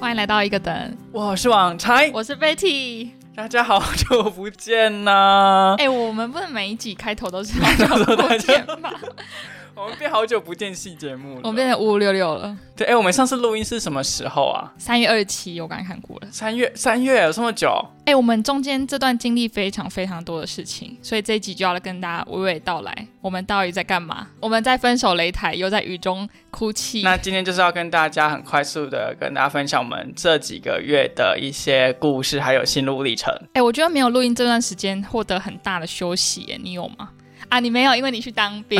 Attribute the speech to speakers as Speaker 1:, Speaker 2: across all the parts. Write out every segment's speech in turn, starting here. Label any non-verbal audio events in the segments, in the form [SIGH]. Speaker 1: 欢迎来到一个等，
Speaker 2: 我是网柴，
Speaker 1: [LAUGHS] 我是 Betty。
Speaker 2: 大家好久不见呐、
Speaker 1: 哎、我们不能每一集开头都是好久不见吧？
Speaker 2: 我们变好久不见系节目了。
Speaker 1: [LAUGHS] 我们变成五五六六了。
Speaker 2: 对，哎、我们上次录音是什么时候啊？
Speaker 1: 三月二十七，我刚刚看过了。
Speaker 2: 三月，三月有这么久？
Speaker 1: 哎、我们中间这段经历非常非常多的事情，所以这一集就要来跟大家娓娓道来，我们到底在干嘛？我们在分手擂台，又在雨中哭泣。
Speaker 2: 那今天就是要跟大家很快速的跟大家分享我们这几个月的一些故事，还有心路历程。
Speaker 1: [LAUGHS] 哎、我觉得没有录音这段时间获得很大的休息耶，你有吗？啊，你没有，因为你去当 [LAUGHS] 兵。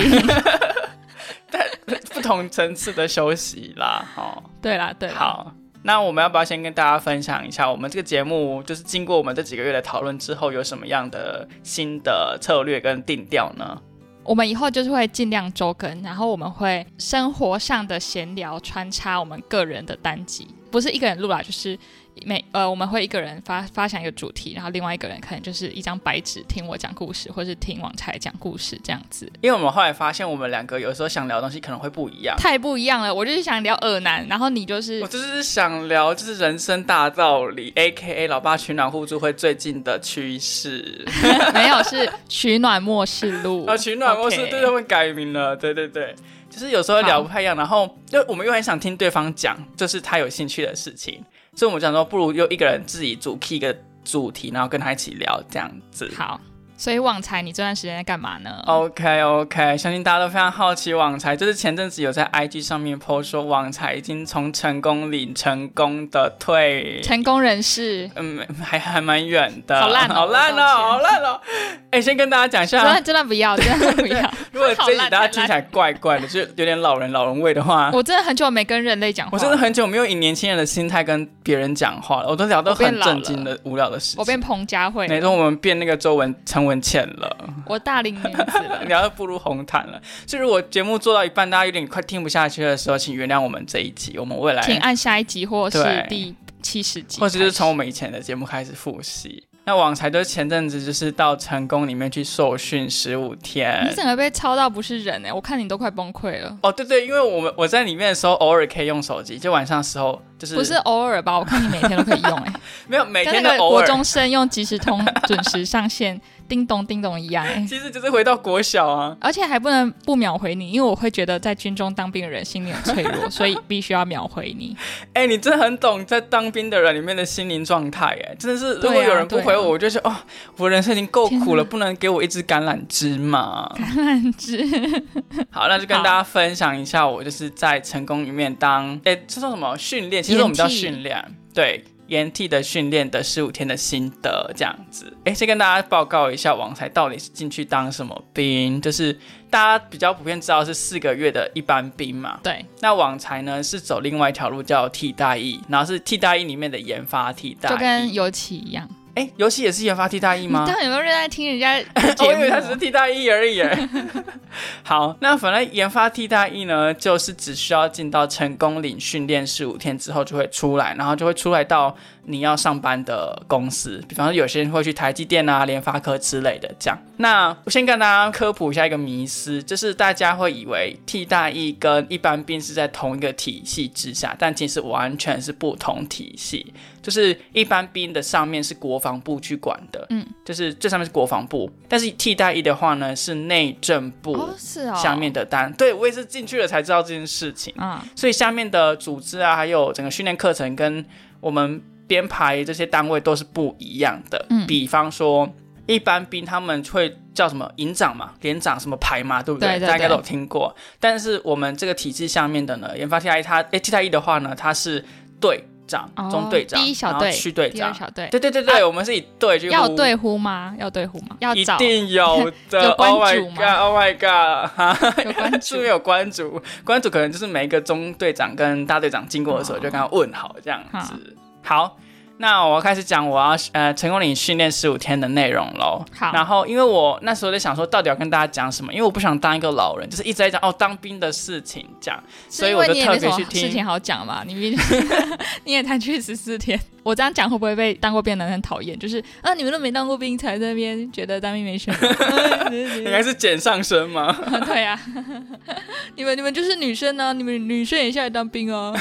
Speaker 2: 不同层次的休息啦，哦。
Speaker 1: 对啦，对啦，
Speaker 2: 好，那我们要不要先跟大家分享一下，我们这个节目就是经过我们这几个月的讨论之后，有什么样的新的策略跟定调呢？
Speaker 1: 我们以后就是会尽量周更，然后我们会生活上的闲聊穿插我们个人的单集，不是一个人录啦，就是每呃我们会一个人发发想一个主题，然后另外一个人可能就是一张白纸听我讲故事，或是听王才讲故事这样子，
Speaker 2: 因为我们后来发现，我们两个有时候想聊的东西可能会不一样。
Speaker 1: [LAUGHS] 太不一样了。我就是想聊耳男，然后你就是 [LAUGHS]
Speaker 2: 我就是想聊，就是人生大道理，A K A 老爸取暖互助会最近的趋势，
Speaker 1: 没有是取暖末世
Speaker 2: [LAUGHS]
Speaker 1: 录，
Speaker 2: 啊，取暖模式
Speaker 1: 哦 OK
Speaker 2: 对他们改名了，对对对，就是有时候聊不太一样，然后就我们又很想听对方讲，就是他有兴趣的事情，所以我们想说，不如就一个人自己主 key 一个主题，然后跟他一起聊这样子。
Speaker 1: 好。所以旺财，你这段时间在干嘛呢？
Speaker 2: OK OK，相信大家都非常好奇网才，就是前阵子有在 IG 上面 po 说网才已经从成功领成功的退，
Speaker 1: 成功人士，
Speaker 2: 嗯，还还蛮远的，
Speaker 1: 好烂哦
Speaker 2: 好烂哦，好烂哦！哎、先跟大家讲一
Speaker 1: 这
Speaker 2: 下
Speaker 1: 段，这段不要，这段不要。
Speaker 2: [LAUGHS] 如果这一
Speaker 1: [LAUGHS] 好
Speaker 2: 集
Speaker 1: 烂
Speaker 2: 大家听起来啊怪怪的，就有点老人老人味的话，
Speaker 1: 我真的很久没跟人类讲话，
Speaker 2: 我真的很久没有以年轻人的心态跟别人讲话了，我都聊到很震惊的无聊的事情。
Speaker 1: 我变彭佳慧了，
Speaker 2: 哪种我们变那个周文陈文茜了，
Speaker 1: 我大龄女子
Speaker 2: [LAUGHS]
Speaker 1: 了。
Speaker 2: 聊到步入红毯了。所以如果节目做到一半，大家有点快听不下去的时候，请原谅我们这一集，我们未来
Speaker 1: 请按下一集或是
Speaker 2: 对
Speaker 1: 第七十集开始，
Speaker 2: 或者是从我们以前的节目开始复习。那网才就是前阵子就是到成功里面去受训十五天
Speaker 1: 你，整个被抄到不是人哎、我看你都快崩溃了。
Speaker 2: 哦对对，因为我们我在里面的时候偶尔可以用手机，就晚上的时候就是
Speaker 1: 不是偶尔吧？我看你每天都可以用哎、
Speaker 2: 没有 [LAUGHS] 每
Speaker 1: 跟
Speaker 2: 天
Speaker 1: 那
Speaker 2: 的
Speaker 1: 个
Speaker 2: 偶
Speaker 1: 国
Speaker 2: 尔，
Speaker 1: 中生用即时通准时上线，叮咚叮咚一样
Speaker 2: [LAUGHS]
Speaker 1: 哎、
Speaker 2: 其实就是回到国小啊。
Speaker 1: 而且还不能不秒回你，因为我会觉得在军中当兵的人心里很脆
Speaker 2: [LAUGHS]
Speaker 1: 弱，所以必须要秒回你。
Speaker 2: 哎、你真的很懂在当兵的人里面的心灵状态，哎，真的是，
Speaker 1: 对啊
Speaker 2: 如果有人不回
Speaker 1: 对啊
Speaker 2: 我，我就说哦，我人生已经够苦
Speaker 1: 天
Speaker 2: 了，不能给我一支橄榄枝嘛。
Speaker 1: 但是
Speaker 2: 好，那就跟
Speaker 1: 好
Speaker 2: 大家分享一下，我就是在成功里面当，哎、这叫什么训练？其实我们叫
Speaker 1: 研替
Speaker 2: 训练，对，延替的训练的十五天的心得这样子。哎、先跟大家报告一下，网才到底是进去当什么兵，就是大家比较普遍知道是四个月的一般兵嘛。
Speaker 1: [LAUGHS] 对，
Speaker 2: 那网才呢是走另外一条路叫替代役，然后是替代役里面的研发替代役，
Speaker 1: 就跟尤其一样。
Speaker 2: 哎游戏也是研发替代役
Speaker 1: 你
Speaker 2: 吗
Speaker 1: 到？底有没有认真在听人家
Speaker 2: 啊 [LAUGHS] 我
Speaker 1: 节
Speaker 2: 以为它只是
Speaker 1: 目？
Speaker 2: 替代役而已耶。 [LAUGHS] 好，那反正研发替代役呢，就是只需要进到成功领训练十五天之后就会出来，然后就会出来到你要上班的公司，比方说有些人会去台积电啊、联发科之类的这样。那我先跟大家科普一下一个迷思，就是大家会以为替代役跟一般兵是在同一个体系之下，但其实完全是不同体系。
Speaker 1: 嗯
Speaker 2: 就是一般兵的上面是国防部去管的，
Speaker 1: 嗯，
Speaker 2: 就是最上面是国防部，但是替代役的话呢是内政部
Speaker 1: 哦，是哦，
Speaker 2: 下面的单，对我也是进去了才知道这件事情，
Speaker 1: 啊，
Speaker 2: 所以下面的组织啊，还有整个训练课程跟我们编排这些单位都是不一样的，
Speaker 1: 嗯
Speaker 2: 比方说。一般兵他们会叫什么营长嘛、连长什么排嘛，对不
Speaker 1: 对对
Speaker 2: 大家应该
Speaker 1: 对
Speaker 2: 都有听过。但是我们这个体制下面的呢，研发替代役他，诶，替代役的话呢，他是队长、
Speaker 1: 哦
Speaker 2: 中队长、
Speaker 1: 第一小
Speaker 2: 然后
Speaker 1: 队
Speaker 2: 区队
Speaker 1: 第二
Speaker 2: 长，
Speaker 1: 小队。啊
Speaker 2: 对对对对，我们是以队去
Speaker 1: 要
Speaker 2: 呼
Speaker 1: 对呼吗？要对呼吗？要
Speaker 2: 一
Speaker 1: 找
Speaker 2: 定有的。
Speaker 1: 有
Speaker 2: oh
Speaker 1: 关
Speaker 2: my
Speaker 1: 注
Speaker 2: god!
Speaker 1: 吗
Speaker 2: Oh my god! 哈，
Speaker 1: [LAUGHS] 有关
Speaker 2: 是
Speaker 1: 注
Speaker 2: 不是。有关主？关主可能就是每一个中队长跟大队长经过的时候，
Speaker 1: 哦
Speaker 2: 就跟他问好这样
Speaker 1: 好
Speaker 2: 子。好，那我要开始讲我要呃成功领训练十五天的内容喽。
Speaker 1: 好
Speaker 2: 然后因为我那时候在想说，到底要跟大家讲什么？因为我不想当一个老人，就是一直在讲哦当兵的事情讲，所
Speaker 1: 是
Speaker 2: 以
Speaker 1: 因
Speaker 2: 我
Speaker 1: 为
Speaker 2: 就
Speaker 1: 你也没
Speaker 2: 特
Speaker 1: 什
Speaker 2: 别
Speaker 1: 么
Speaker 2: 去
Speaker 1: 事情
Speaker 2: 听。
Speaker 1: 好讲嘛，你毕 [LAUGHS] 你也才去十四天，我这样讲会不会被当过兵的人很讨厌？就是啊，你们都没当过兵，才在那边觉得当兵没什
Speaker 2: [LAUGHS]
Speaker 1: 么。嗯
Speaker 2: 应该是捡上身吗？
Speaker 1: [LAUGHS]
Speaker 2: [LAUGHS]
Speaker 1: 对啊， [LAUGHS] 你们你们就是女生啊呢、你们女生也下来当兵哦。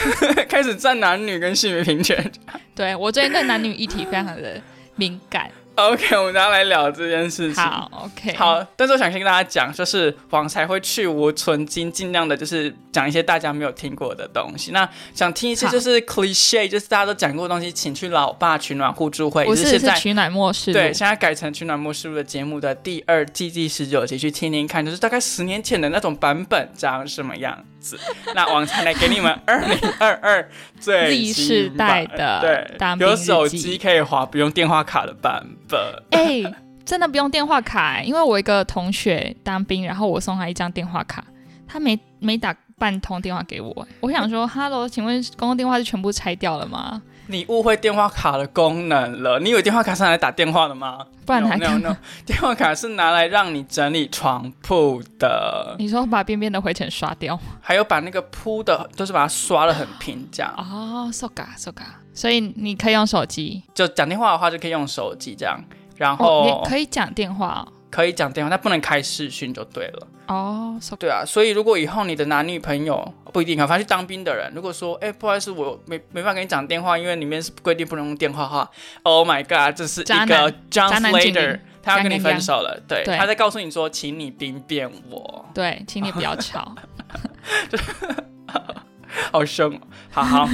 Speaker 2: 开始站男女跟性别平权。
Speaker 1: 对我最近对男女议题非常的敏感。
Speaker 2: OK，我们大家来聊这件事情。
Speaker 1: 好，OK，，
Speaker 2: 好，但是我想先跟大家讲，就是网才会去无存精，尽量的就是讲一些大家没有听过的东西。那想听一些
Speaker 1: 好
Speaker 2: 就是 cliche，就是大家都讲过的东西，请去老爸取暖互助会，
Speaker 1: 不是
Speaker 2: 也现
Speaker 1: 是
Speaker 2: 在。
Speaker 1: 取暖末世录
Speaker 2: 对，现在改成《取暖末世录》的节目的第二季第十九集，去听听看，就是大概十年前的那种版本长什么样
Speaker 1: [LAUGHS]
Speaker 2: 子。那网才来给你们二零二二最
Speaker 1: Z
Speaker 2: 新
Speaker 1: 世代
Speaker 2: 版
Speaker 1: 的当兵
Speaker 2: 对，有
Speaker 1: 日记
Speaker 2: 手机可以滑，不用电话卡的版本。
Speaker 1: 哎、真的不用电话卡、因为我一个同学当兵，然后我送他一张电话卡，他没没打半通电话给我、哎我想说，Hello，请问公共电话是全部拆掉了吗？
Speaker 2: 你误会电话卡的功能了。你以为电话卡是拿来打电话的吗？
Speaker 1: 不然
Speaker 2: no,
Speaker 1: 还
Speaker 2: no,
Speaker 1: 干
Speaker 2: no，电话卡是拿来让你整理床铺的，
Speaker 1: 你说把边边的灰尘刷掉吗？
Speaker 2: 还有把那个铺的，就是把它刷的很平，这样。
Speaker 1: 哦，so ga so ga，所以你可以用手机，
Speaker 2: 就讲电话的话，就可以用手机这样，然
Speaker 1: 哦，
Speaker 2: 后
Speaker 1: 你可以讲电话
Speaker 2: 可以讲电话，但不能开视讯就对了。
Speaker 1: 哦，哦，so
Speaker 2: 对啊，所以如果以后你的男女朋友不一定啊，反正去当兵的人，如果说，哎、不好意思，我没没办法跟你讲电话，因为里面是规定不能用电话哈。Oh my god，这是一
Speaker 1: 渣
Speaker 2: 个
Speaker 1: 男
Speaker 2: John
Speaker 1: 渣男精灵
Speaker 2: Slater，他要跟你分手了，对，
Speaker 1: 对
Speaker 2: 他在告诉你说，请你兵变我，
Speaker 1: 对，请你不要吵。
Speaker 2: 好凶、哦。 [LAUGHS] 好好，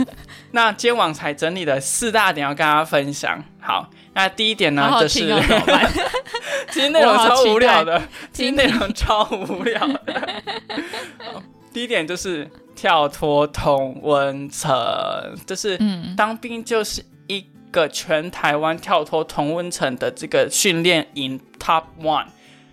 Speaker 2: 那今天网才整理的四大点要跟大家分享。好， [LAUGHS] 那第一点呢，
Speaker 1: 好好
Speaker 2: 就是
Speaker 1: 听哦，怎么
Speaker 2: [LAUGHS]
Speaker 1: 办？
Speaker 2: 今天内容
Speaker 1: 我好
Speaker 2: 超
Speaker 1: 期
Speaker 2: 无
Speaker 1: 待
Speaker 2: 聊的，今
Speaker 1: 今
Speaker 2: 天内容超无聊的。好 [LAUGHS] 第一点就是跳脱同温层，就是
Speaker 1: 嗯，
Speaker 2: 当兵就是一个全台湾跳脱同温层的这个训练营 Top One。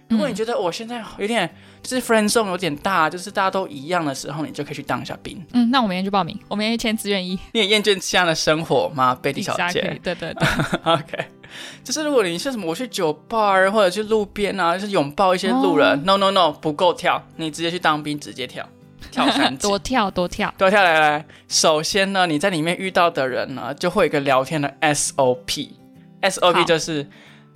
Speaker 2: 如果你
Speaker 1: 嗯
Speaker 2: 觉得我现在有点就是 friend zone 有点大，就是大家都一样的时候，你就可以去当一下兵。
Speaker 1: 嗯，那我明天就报名，我明天去签志愿一。
Speaker 2: 你也厌倦这样的生活吗，贝蒂小姐？
Speaker 1: Exactly，对对对，
Speaker 2: [LAUGHS] OK，就是如果你是什么，我去酒吧啊或者去路边啊，就是拥抱一些路人、
Speaker 1: 哦
Speaker 2: n o No No，不够跳，你直接去当兵，直接跳，跳三
Speaker 1: [LAUGHS]
Speaker 2: 级 [LAUGHS]
Speaker 1: 多。跳多跳，
Speaker 2: 跳下来来，首先呢，你在里面遇到的人呢，就会有一个聊天的 SOP。
Speaker 1: 好
Speaker 2: SOP 就是，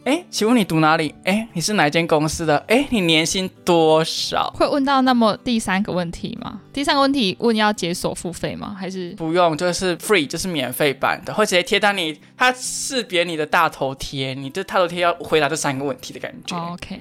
Speaker 2: 哎，请问你读哪里？哎，你是哪一间公司的？哎，你年薪多少？
Speaker 1: 会问到那么第三个问题吗？第三个问题问要解锁付费吗？还是
Speaker 2: 不用，就是 free，就是免费版的，会直接贴到你，它识别你的大头贴，你这大头贴要回答这三个问题的感觉。
Speaker 1: 哦 OK？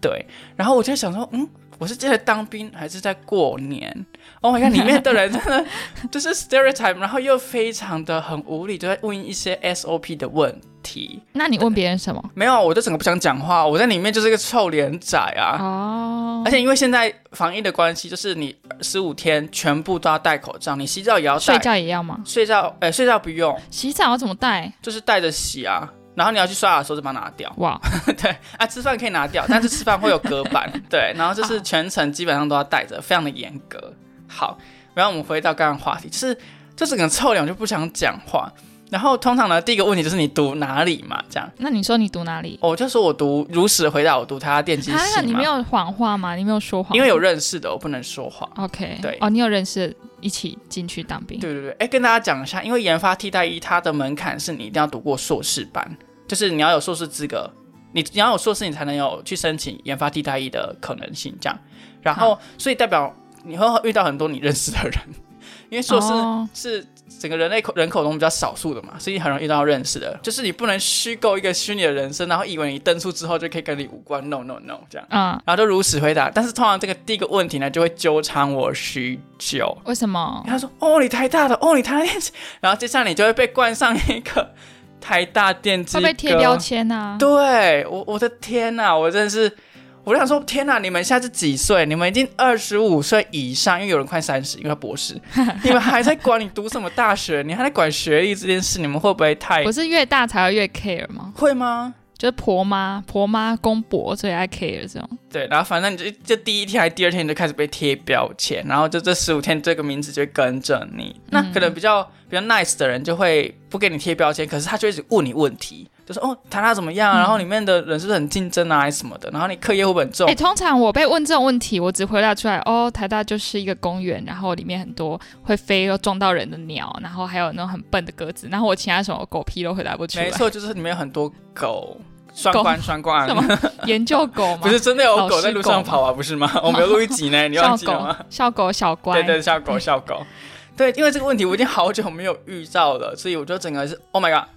Speaker 2: 对，然后我就在想说，嗯，我是真的当兵还是在过年？Oh my god，里面的人真的就是 stereotype，然后又非常的很无理，就在问一些 SOP 的问题。
Speaker 1: 那你问别人什么？
Speaker 2: 没有，我就整个不想讲话，我在里面就是一个臭脸仔啊。
Speaker 1: 哦
Speaker 2: 而，且因为现在防疫的关系，就是你十五天全部都要戴口罩，你洗澡也要戴，
Speaker 1: 睡觉也要吗？
Speaker 2: 睡觉，呃，睡觉不用，
Speaker 1: 洗澡要怎么带？
Speaker 2: 就是戴着洗啊。然后你要去刷牙的时候就把它拿掉，
Speaker 1: 哇，
Speaker 2: 对 [LAUGHS] 啊，吃饭可以拿掉，但是吃饭会有隔板，对，然后就是全程基本上都要带着，非常的严格。好，然后我们回到刚刚的话题，就是就整个臭脸我就不想讲话。然后通常呢，第一个问题就是你读哪里嘛，这样。哦
Speaker 1: 那你说你读哪里？
Speaker 2: 我就说我读如实回答，我读他电机系
Speaker 1: 啊，
Speaker 2: 嘛，
Speaker 1: 你没有谎话吗？你没有说谎？
Speaker 2: 因为有认识的，我不能说谎。
Speaker 1: OK，
Speaker 2: 对
Speaker 1: 哦，你有认识一起进去当兵？
Speaker 2: 对对对，哎，跟大家讲一下，因为研发替代一，它的门槛是你一定要读过硕士班，就是你要有硕士资格，你你要有硕士，你才能有去申请研发替代一的可能性，这样。然后，所以代表你会遇到很多你认识的人，因为硕士
Speaker 1: 哦
Speaker 2: 是整个人类口人口中比较少数的嘛，所以很容易遇到认识的。就是你不能虚构一个虚拟的人生，然后以为你登出之后就可以跟你无关，no no no 这样。
Speaker 1: 嗯，
Speaker 2: 然后就如实回答，但是通常这个第一个问题呢，就会纠缠我许久。
Speaker 1: 为什么？
Speaker 2: 他说：“哦，你台大的，哦，你台大电机。”然后接下来你就会被冠上一个台大电机
Speaker 1: 会
Speaker 2: 哥
Speaker 1: 被贴标。签啊？
Speaker 2: 对我，我的天呐，我真的是，我就想说，天呐，你们现在是几岁？你们已经二十五岁以上，因为有人快三十，因为他
Speaker 1: [LAUGHS]
Speaker 2: 博士，你们还在管你读什么大学，你还在管学历这件事，你们会不会太
Speaker 1: 不是越大才会越 care 吗？
Speaker 2: 会吗？
Speaker 1: 就是婆妈、婆妈、公婆最爱 care 这种。
Speaker 2: 对，然后反正你就就第一天还第二天你就开始被贴标签，然后就这十五天这个名字就会跟着你。那可
Speaker 1: 嗯
Speaker 2: 能比较比较 nice 的人就会不给你贴标签，可是他就一直问你问题，就说哦，谈他怎么
Speaker 1: 嗯
Speaker 2: 样啊，然后里面的人是不是很竞争啊，还是什么的，然后你课业会不会很重
Speaker 1: 哎、？通常我被问这种问题，我只回答出来哦，台大就是一个公园，然后里面很多会飞又撞到人的鸟，然后还有那种很笨的鸽子，然后我其他什么狗屁都回答不出来
Speaker 2: 没。错，就是里面有很多狗，双
Speaker 1: 狗
Speaker 2: 关双关，
Speaker 1: 什么研究狗吗？
Speaker 2: [LAUGHS] 不是真的有
Speaker 1: 老
Speaker 2: 狗
Speaker 1: 师
Speaker 2: 在路上
Speaker 1: 狗
Speaker 2: 跑啊，不是吗？我们有录一集呢，你
Speaker 1: 笑
Speaker 2: 忘记了
Speaker 1: 狗
Speaker 2: 吗？，
Speaker 1: 笑狗小乖。
Speaker 2: 对对，笑 [LAUGHS] 狗笑狗。对，因为这个问题我已经好久没有遇到了，所以我就整个是 Oh my God，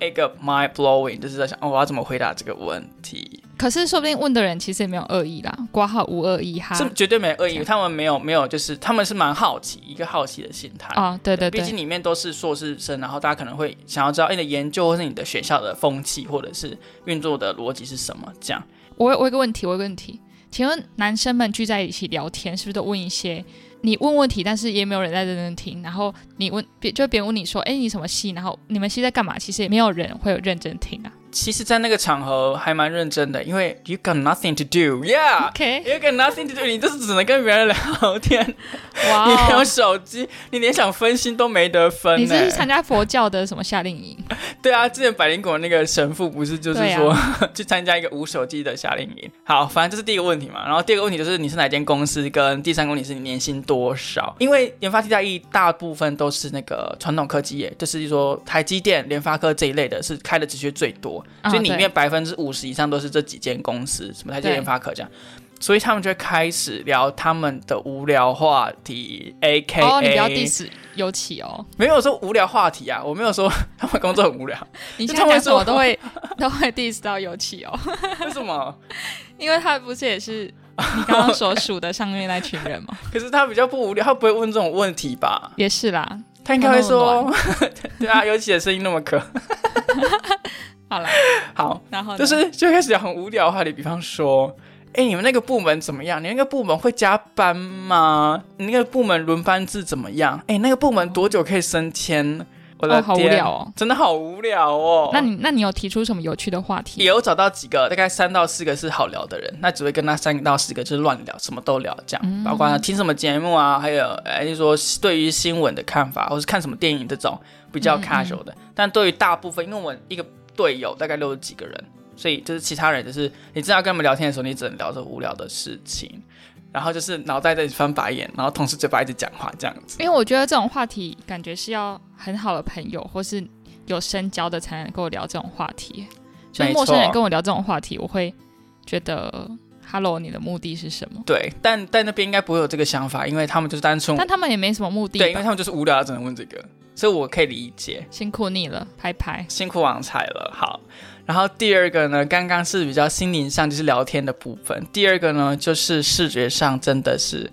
Speaker 2: 一个 mind blowing，就是在想哦，我要怎么回答这个问题？
Speaker 1: 可是说不定问的人其实也没有恶意啦，挂号无恶意哈。
Speaker 2: 是绝对没恶意，
Speaker 1: 这样
Speaker 2: 他们没有没有，就是他们是蛮好奇，一个好奇的心态。
Speaker 1: 哦，对对
Speaker 2: 毕竟
Speaker 1: 对，
Speaker 2: 里面都是硕士生，然后大家可能会想要知道哎你的研究或是你的学校的风气或者是运作的逻辑是什么，这样。
Speaker 1: 我有我有个问题，我有个问题，请问男生们聚在一起聊天，是不是都问一些你问问题，但是也没有人在认真听，然后你问别就别人问你说，哎，你什么系？然后你们系在干嘛？其实也没有人会有认真听啊。
Speaker 2: 其实，在那个场合还蛮认真的，因为 you got nothing to do，yeah。
Speaker 1: OK，
Speaker 2: You got nothing to do，你就是只能跟别人聊天，
Speaker 1: [LAUGHS] [LAUGHS] 哇、
Speaker 2: 你没有
Speaker 1: 哦。
Speaker 2: 手机，你连想分心都没得分、呢。欸
Speaker 1: 你是去参加佛教的什么夏令
Speaker 2: [LAUGHS]
Speaker 1: 营？
Speaker 2: 对啊，之前百灵果那个神父不是就是
Speaker 1: 对啊
Speaker 2: 说、 [LAUGHS] 去参加一个无手机的夏令营？好，反正这是第一个问题嘛。然后第二个问题就是你是哪间公司，跟第三个问题是你年薪多少？因为研发替代役大部分都是那个传统科技业，就是说台积电、联发科这一类的是开的职缺最多，
Speaker 1: 啊
Speaker 2: 所以里
Speaker 1: 对
Speaker 2: 面百分之五十以上都是这几间公司，什么台积
Speaker 1: 对
Speaker 2: 电、联发科这样。所以他们就会开始聊他们的无聊话题，A K
Speaker 1: 哦，你不要
Speaker 2: A，
Speaker 1: diss 尤其哦，
Speaker 2: 没有说无聊话题啊，我没有说 [LAUGHS] 他们工作很无
Speaker 1: [LAUGHS]
Speaker 2: 聊，
Speaker 1: 你现
Speaker 2: 就
Speaker 1: 在
Speaker 2: 他会
Speaker 1: 讲什么
Speaker 2: 说
Speaker 1: 都会 [LAUGHS] 都会 diss 到尤其哦，
Speaker 2: 为什么？
Speaker 1: 因为他不是也是你刚刚
Speaker 2: [LAUGHS]
Speaker 1: 所数的上面那群人吗？
Speaker 2: 可是他比较不无聊，他不会问这种问题吧？
Speaker 1: 也是啦，
Speaker 2: 他应该会
Speaker 1: 他那
Speaker 2: 说
Speaker 1: 么：“
Speaker 2: [LAUGHS] 对啊，尤其的声音那么可
Speaker 1: 好啦，
Speaker 2: 好。
Speaker 1: 然后”呢
Speaker 2: 就是就开始讲很无聊的话题，比方说：“哎、你们那个部门怎么样？你那个部门会加班吗？你那个部门轮班制怎么样？哎、那个部门多久可以升迁？”我的
Speaker 1: 哦，好无
Speaker 2: 天，
Speaker 1: 聊哦。
Speaker 2: 真的好无聊哦。
Speaker 1: 那你那你有提出什么有趣的话题
Speaker 2: 也？有找到几个，大概三到四个是好聊的人，那只会跟那三到四个就是乱聊，什么都聊，这样，
Speaker 1: 嗯
Speaker 2: 包括听什么节目啊，还有哎，就是说对于新闻的看法，或是看什么电影这种比
Speaker 1: 嗯
Speaker 2: 较 casual 的。但对于大部分，因为我一个队友大概六十几个人，所以就是其他人就是你知道跟他们聊天的时候，你只能聊着无聊的事情，然后就是脑袋在那里翻白眼，然后同时嘴巴一直讲话这样子。
Speaker 1: 因为我觉得这种话题感觉是要很好的朋友或是有深交的才能跟我聊这种话题，就是
Speaker 2: 没
Speaker 1: 陌生人
Speaker 2: 错
Speaker 1: 跟我聊这种话题，我会觉得，Hello，你的目的是什么？
Speaker 2: 对，但但那边应该不会有这个想法，因为他们就是单纯
Speaker 1: 但他们也没什么目的
Speaker 2: 嗯对，因为
Speaker 1: 吧，
Speaker 2: 他们就是无聊，只能问这个，所以我可以理解。
Speaker 1: 辛苦你了，拍拍。
Speaker 2: 辛苦网彩了，好。然后第二个呢，刚刚是比较心灵上就是聊天的部分。第二个呢，就是视觉上真的是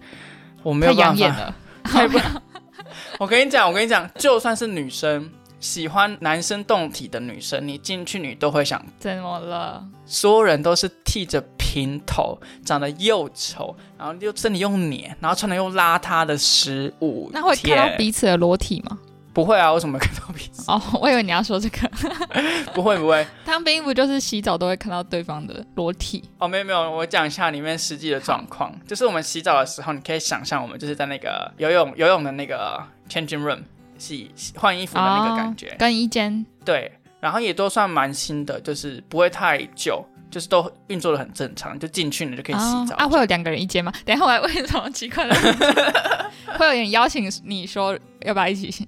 Speaker 2: 我没
Speaker 1: 太
Speaker 2: 有
Speaker 1: 养
Speaker 2: 办
Speaker 1: 眼
Speaker 2: 法，
Speaker 1: 了，
Speaker 2: 太不。 [LAUGHS] 我跟你讲，我跟你讲，就算是女生喜欢男生动体的女生，你进去你都会想，
Speaker 1: 怎么了？
Speaker 2: 所有人都是剃着平头，长得又丑，然后又身体又黏，然后穿的又邋遢的食物。
Speaker 1: 那会看到
Speaker 2: 天
Speaker 1: 彼此的裸体吗？
Speaker 2: 不会啊？为什么会看到鼻子？
Speaker 1: 哦， [LAUGHS] 我以为你要说这个。 [LAUGHS]
Speaker 2: 不会不会，
Speaker 1: 当兵不就是洗澡都会看到对方的裸体？
Speaker 2: 哦，没有没有，我讲一下里面实际的状况，就是我们洗澡的时候，你可以想象我们就是在那个游泳游泳的那个 changing room 洗洗换衣服的那个感觉，
Speaker 1: 哦更衣间
Speaker 2: 对，然后也都算蛮新的，就是不会太旧，就是都运作的很正常，就进去你就可以洗澡。
Speaker 1: 啊，会有两个人一间吗？等一下我来问什么奇怪的问 [LAUGHS] 题，会有人邀请你说要不要一起洗？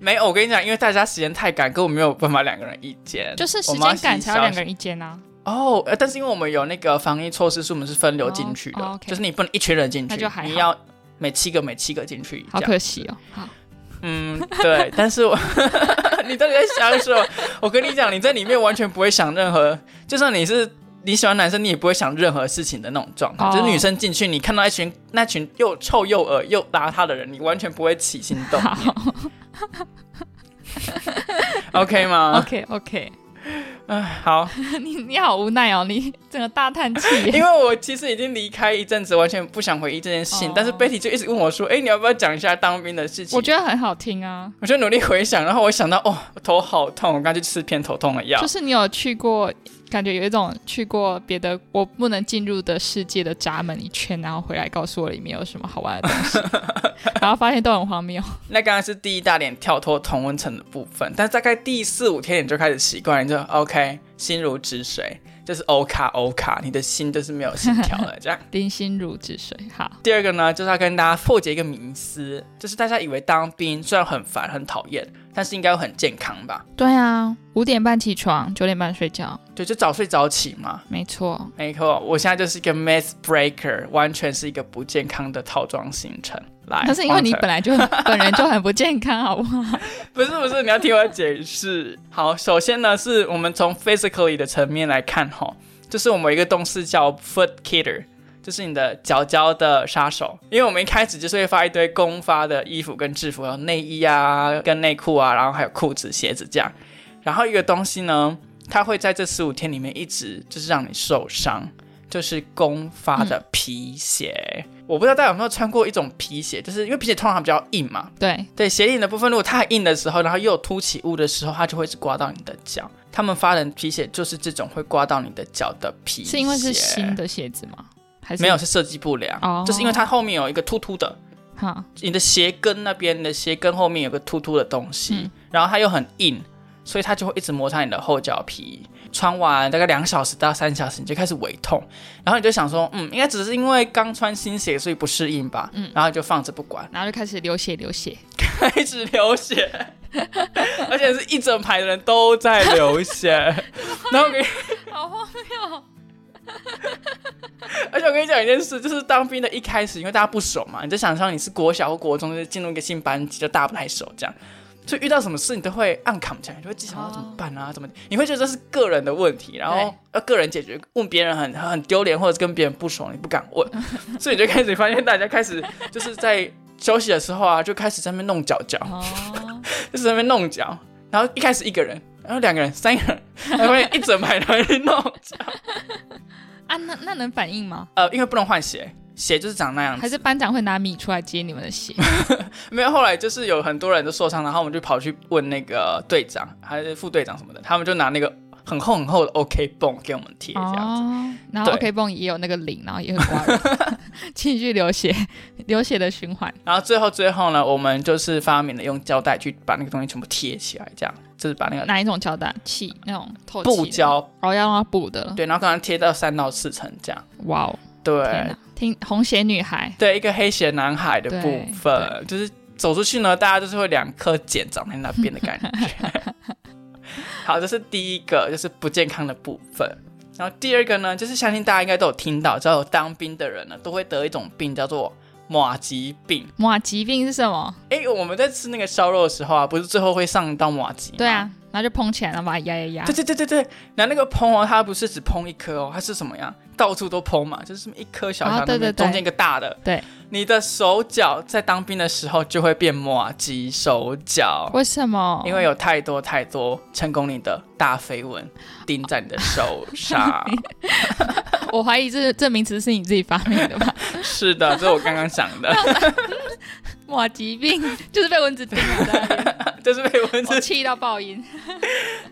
Speaker 2: 没有，我跟你讲，因为大家时间太赶，根本没有办法两个人一间。
Speaker 1: 就是时
Speaker 2: 我们要
Speaker 1: 间
Speaker 2: 洗
Speaker 1: 赶才要
Speaker 2: 澡
Speaker 1: 两个人一间啊，
Speaker 2: 哦，呃但是因为我们有那个防疫措施，是我们是分流进去的，
Speaker 1: 哦哦，OK
Speaker 2: 就是你不能一群人进去，
Speaker 1: 那就还好
Speaker 2: 你要每七个每七个进去，
Speaker 1: 好
Speaker 2: 这样
Speaker 1: 可惜哦。好，
Speaker 2: 嗯，对， [LAUGHS] 但是我，你到底在想什么？ [LAUGHS] 我跟你讲，你在里面完全不会想任何，就算你是你喜欢男生，你也不会想任何事情的那种状况。
Speaker 1: 哦
Speaker 2: 就是女生进去，你看到一群那群又臭又恶又邋遢的人，你完全不会起心动念。
Speaker 1: [LAUGHS]
Speaker 2: OK 吗？
Speaker 1: OK OK，
Speaker 2: 嗯、好，
Speaker 1: 你你好无奈哦，你整个大叹气耶。
Speaker 2: [LAUGHS] 因为我其实已经离开一阵子，完全不想回忆这件事情。
Speaker 1: 哦
Speaker 2: 但是 Betty 就一直问我说：“哎、你要不要讲一下当兵的事情？”
Speaker 1: 我觉得很好听啊，
Speaker 2: 我就努力回想，然后我想到，哦，我头好痛，我刚去吃偏头痛的药。
Speaker 1: 就是你有去过感觉有一种去过别的我不能进入的世界的闸门一圈，然后回来告诉我里面有什么好玩的东
Speaker 2: [LAUGHS]
Speaker 1: 西，然后发现都很荒谬。
Speaker 2: 那刚刚是第一大点跳脱同温层的部分，但大概第四五天你就开始习惯，你就 OK，心如止水，就是欧卡欧卡，你的心就是没有心跳了这样。
Speaker 1: 林心如止水，好，
Speaker 2: 第二个呢，就是要跟大家破解一个迷思，就是大家以为当兵虽然很烦很讨厌，但是应该会很健康吧？
Speaker 1: 对啊，五点半起床，九点半睡觉，
Speaker 2: 对，就早睡早起嘛。
Speaker 1: 没错，
Speaker 2: 没错，我现在就是一个 mess breaker，完全是一个不健康的套装行程。来，
Speaker 1: 那是因为你
Speaker 2: 换成
Speaker 1: 本来就
Speaker 2: [LAUGHS]
Speaker 1: 本人就很不健康，啊好不好？
Speaker 2: 不是不是，你要听我解释。好，首先呢，是我们从 physically 的层面来看哈，就是我们有一个动势叫 foot killer，就是你的脚脚的杀手。因为我们一开始就是会发一堆公发的衣服跟制服，还有内衣啊、跟内裤啊，然后还有裤子、鞋子这样。然后一个东西呢，它会在这十五天里面一直就是让你受伤，就是公发的皮鞋。我不知道大家有没有穿过一种皮鞋，就是因为皮鞋通常比较硬嘛，
Speaker 1: 对，
Speaker 2: 对鞋印的部分，如果太硬的时候，然后又有凸起物的时候，它就会是刮到你的脚。他们发人皮鞋就是这种会刮到你的脚的皮鞋，
Speaker 1: 是因为是新的鞋子吗？还是
Speaker 2: 没有？是设计不良，
Speaker 1: 哦
Speaker 2: 就是因为它后面有一个凸凸的，
Speaker 1: 好，
Speaker 2: 你的鞋跟那边，你的鞋跟后面有个凸凸的东西，
Speaker 1: 嗯
Speaker 2: 然后它又很硬，所以它就会一直摩擦你的后脚皮。穿完大概两小时到三小时，你就开始胃痛，然后你就想说，嗯，应该只是因为刚穿新鞋所以不适应吧，
Speaker 1: 嗯
Speaker 2: 然后就放着不管。
Speaker 1: 然后就开始流血流血，
Speaker 2: 开始流血， [LAUGHS] 而且是一整排的人都在流血。然后我跟你，
Speaker 1: 好荒
Speaker 2: 哦
Speaker 1: 谬。
Speaker 2: 而且我跟你讲一件事，就是当兵的一开始，因为大家不熟嘛，你就想象你是国小或国中，就是进入一个新班级，就大家不太熟这样。就遇到什么事，你都会暗扛起来，你就会自己想要
Speaker 1: 哦
Speaker 2: 怎么办啊？怎么？你会觉得这是个人的问题，然后
Speaker 1: 对
Speaker 2: 要个人解决，问别人很很很丢脸，或者是跟别人不熟，你不敢问，所以你就开始发现大家开始就是在休息的时候啊，就开始在那边弄脚脚，
Speaker 1: 哦，
Speaker 2: 就是在那边弄脚，然后一开始一个人，然后两个人、三个人，然后一整排人在弄脚。
Speaker 1: 啊，那那能反应
Speaker 2: [LAUGHS]
Speaker 1: 吗？
Speaker 2: 呃，因为不能换鞋，鞋就是长那样
Speaker 1: 还
Speaker 2: 子。
Speaker 1: 是班长会拿米出来接你们的
Speaker 2: [LAUGHS]
Speaker 1: 血？
Speaker 2: 没有，后来就是有很多人都受伤，然后我们就跑去问那个队长还是副队长什么的，他们就拿那个很厚很厚的 OK 绷给我们贴，这样子。
Speaker 1: 哦，然后
Speaker 2: 对
Speaker 1: OK 泵也有那个铃，然后也会刮人，
Speaker 2: [LAUGHS]
Speaker 1: 继续流血，流血的循环。
Speaker 2: 然后最后最后呢，我们就是发明了用胶带去把那个东西全部贴起来，这样就是把那个
Speaker 1: 哪一种胶带？气那种透气的
Speaker 2: 布，胶
Speaker 1: 哦，要让它补的。
Speaker 2: 对，然后刚刚贴到三到四层这样。
Speaker 1: 哇哦，天
Speaker 2: 对，
Speaker 1: 哪！听红鞋女孩，
Speaker 2: 对，一个黑鞋男孩的部分，
Speaker 1: 对
Speaker 2: 就是走出去呢，大家就是会两颗茧长在那边的感觉。
Speaker 1: [LAUGHS]
Speaker 2: 好，这是第一个，就是不健康的部分。然后第二个呢，就是相信大家应该都有听到，只要有当兵的人呢，都会得一种病，叫做马吉病。
Speaker 1: 哇，疾病是什么？
Speaker 2: 哎，我们在吃那个烧肉的时候啊，不是最后会上到马吉？
Speaker 1: 对。啊，然后就蓬起来，然后把它压压压
Speaker 2: 对。对对对对，然后那个烹哦，它不是只烹一颗哦，它是什么呀？到处都烹嘛，就是这么一颗小小的、
Speaker 1: 啊对对对
Speaker 2: 中间一个大的。
Speaker 1: 对，
Speaker 2: 你的手脚在当兵的时候就会变麻吉手脚，
Speaker 1: 为什么？
Speaker 2: 因为有太多太多成功你的大飞蚊钉在你的手
Speaker 1: [LAUGHS]
Speaker 2: 上。
Speaker 1: 我怀疑这这名词是你自己发明的
Speaker 2: [LAUGHS]
Speaker 1: 吧？
Speaker 2: 是的，这是我刚刚想
Speaker 1: [LAUGHS]
Speaker 2: 的，
Speaker 1: 哇，疾病 [LAUGHS] 就是被蚊子叮了在
Speaker 2: [LAUGHS]
Speaker 1: 那边，
Speaker 2: 就是被蚊
Speaker 1: 我
Speaker 2: 子。
Speaker 1: 气到爆音。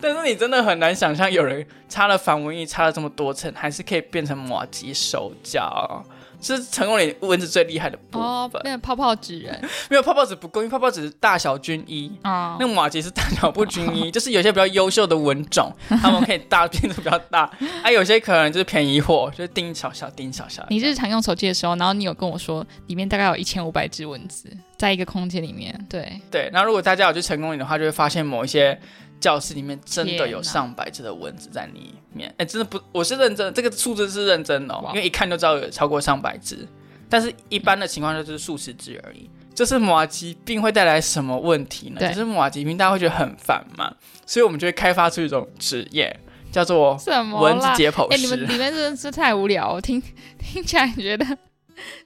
Speaker 2: 但是你真的很难想象，有人擦了防蚊液擦了这么多层，还是可以变成麻吉手脚。这是成功你蚊子最厉害的部分。
Speaker 1: 哦，变成泡泡纸人
Speaker 2: 没有泡泡纸不够，因为泡泡纸是大小均一。
Speaker 1: 啊
Speaker 2: 那，马吉是大小不均一，就是有些比较优秀的文种，他们可以大变得比较大，啊，有些可能就是便宜货，就是丁小小丁小小。
Speaker 1: 你日常用手机的时候，然后你有跟我说里面大概有一千五百只蚊子在一个空间里面，对，
Speaker 2: 对，然后如果大家有去成功岭的话，就会发现某一些教室里面真的
Speaker 1: 天
Speaker 2: 有
Speaker 1: 哪
Speaker 2: 上百只的蚊子在里面。哎，真的不，我是认真的，这个数字是认真的、哦，
Speaker 1: 哇
Speaker 2: 因为一看就知道有超过上百只，但是一般的情况下就是数十只而已。就是马吉病会带来什么问题呢？
Speaker 1: 对
Speaker 2: 就是马吉病大家会觉得很烦嘛，所以我们就会开发出一种职业叫做
Speaker 1: 什么
Speaker 2: 哦蚊子
Speaker 1: 啦？
Speaker 2: 解剖
Speaker 1: 哎、你
Speaker 2: 师，
Speaker 1: 们里面真的是太无聊，我听听起来觉得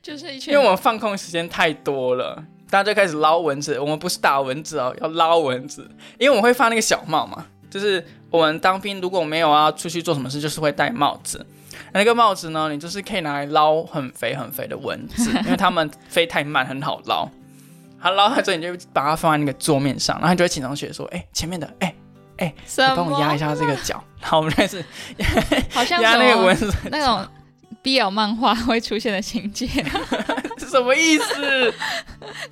Speaker 1: 就是一群
Speaker 2: [LAUGHS] 因为我们放空时间太多了，大家就开始捞蚊子。我们不是打蚊子哦，要捞蚊子，因为我们会放那个小帽嘛，就是我们当兵如果没有要出去做什么事，就是会戴帽子。那个帽子呢，你就是可以拿来捞很肥很肥的蚊
Speaker 1: [LAUGHS]
Speaker 2: 子，因为它们飞太慢，很好捞。它捞到之后，你就把它放在那个桌面上，然后你就会请同学说：“哎、前面的，哎、哎、
Speaker 1: 什
Speaker 2: 你帮我压一
Speaker 1: 么？啊
Speaker 2: 下这个脚， [LAUGHS] 然后我们开始
Speaker 1: 好像
Speaker 2: 压
Speaker 1: 什
Speaker 2: 那个
Speaker 1: 么
Speaker 2: 蚊子，
Speaker 1: 那种 BL 漫画会出现的情节。啊
Speaker 2: [LAUGHS] 是什么意思？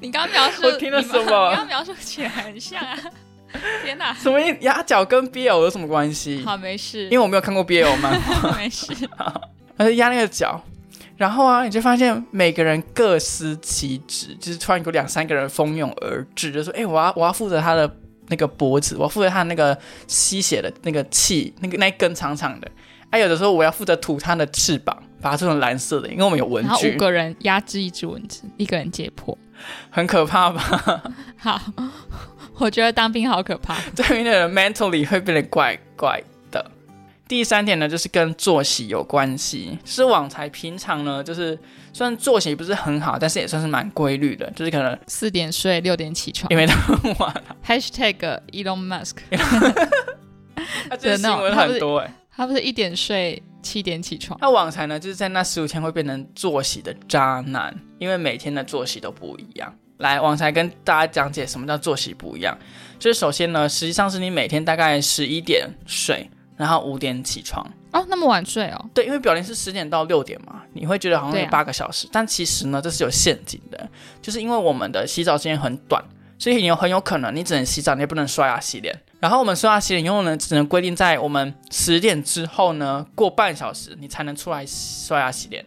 Speaker 1: 你刚刚描述，
Speaker 2: 我听了
Speaker 1: 你们
Speaker 2: 什么
Speaker 1: 你刚刚描述起来很像啊！ [LAUGHS] 天哪，
Speaker 2: 什么意压脚跟 BL 有什么关系？
Speaker 1: 好没事，
Speaker 2: 因为我没有看过 BL 漫画，
Speaker 1: [LAUGHS] 没事，
Speaker 2: 而是压那个脚。然后啊，你就发现每个人各司其职，就是突然有两三个人蜂拥而至，就说：“哎、我要我要负责他的那个脖子，我要负责他那个吸血的那个气，那个那一根长长的。”啊，有的时候我要负责吐他的翅膀，把它做成蓝色的，因为我们有文
Speaker 1: 然后
Speaker 2: 具
Speaker 1: 五，个人压制一只蚊子，一个人解剖。
Speaker 2: 很可怕吧？
Speaker 1: 好， [LAUGHS] 我觉得当兵好可怕。
Speaker 2: 对面的人 mentally 会变得怪怪的。第三点呢，就是跟作息有关系。就是网才平常呢，就是虽然作息不是很好，但是也算是蛮规律的，就是可能
Speaker 1: 四点睡，六点起床
Speaker 2: 因。为他很晚，
Speaker 1: #hashtag Elon Musk，
Speaker 2: 他这新闻很多哎、
Speaker 1: 他不是一点睡，七点起床。
Speaker 2: 那网才呢，就是在那十五天会变成作息的渣男，因为每天的作息都不一样。来，网才跟大家讲解什么叫作息不一样。就是首先呢，实际上是你每天大概十一点睡，然后五点起床。
Speaker 1: 哦，那么晚睡哦。
Speaker 2: 对，因为表定是十点到六点嘛，你会觉得好像
Speaker 1: 对
Speaker 2: 有
Speaker 1: 啊
Speaker 2: 八个小时，但其实呢，这是有陷阱的，就是因为我们的洗澡时间很短，所以你有很有可能你只能洗澡，你也不能刷牙洗脸。然后我们刷牙洗脸以后呢，只能规定在我们十点之后呢，过半小时你才能出来刷牙洗脸，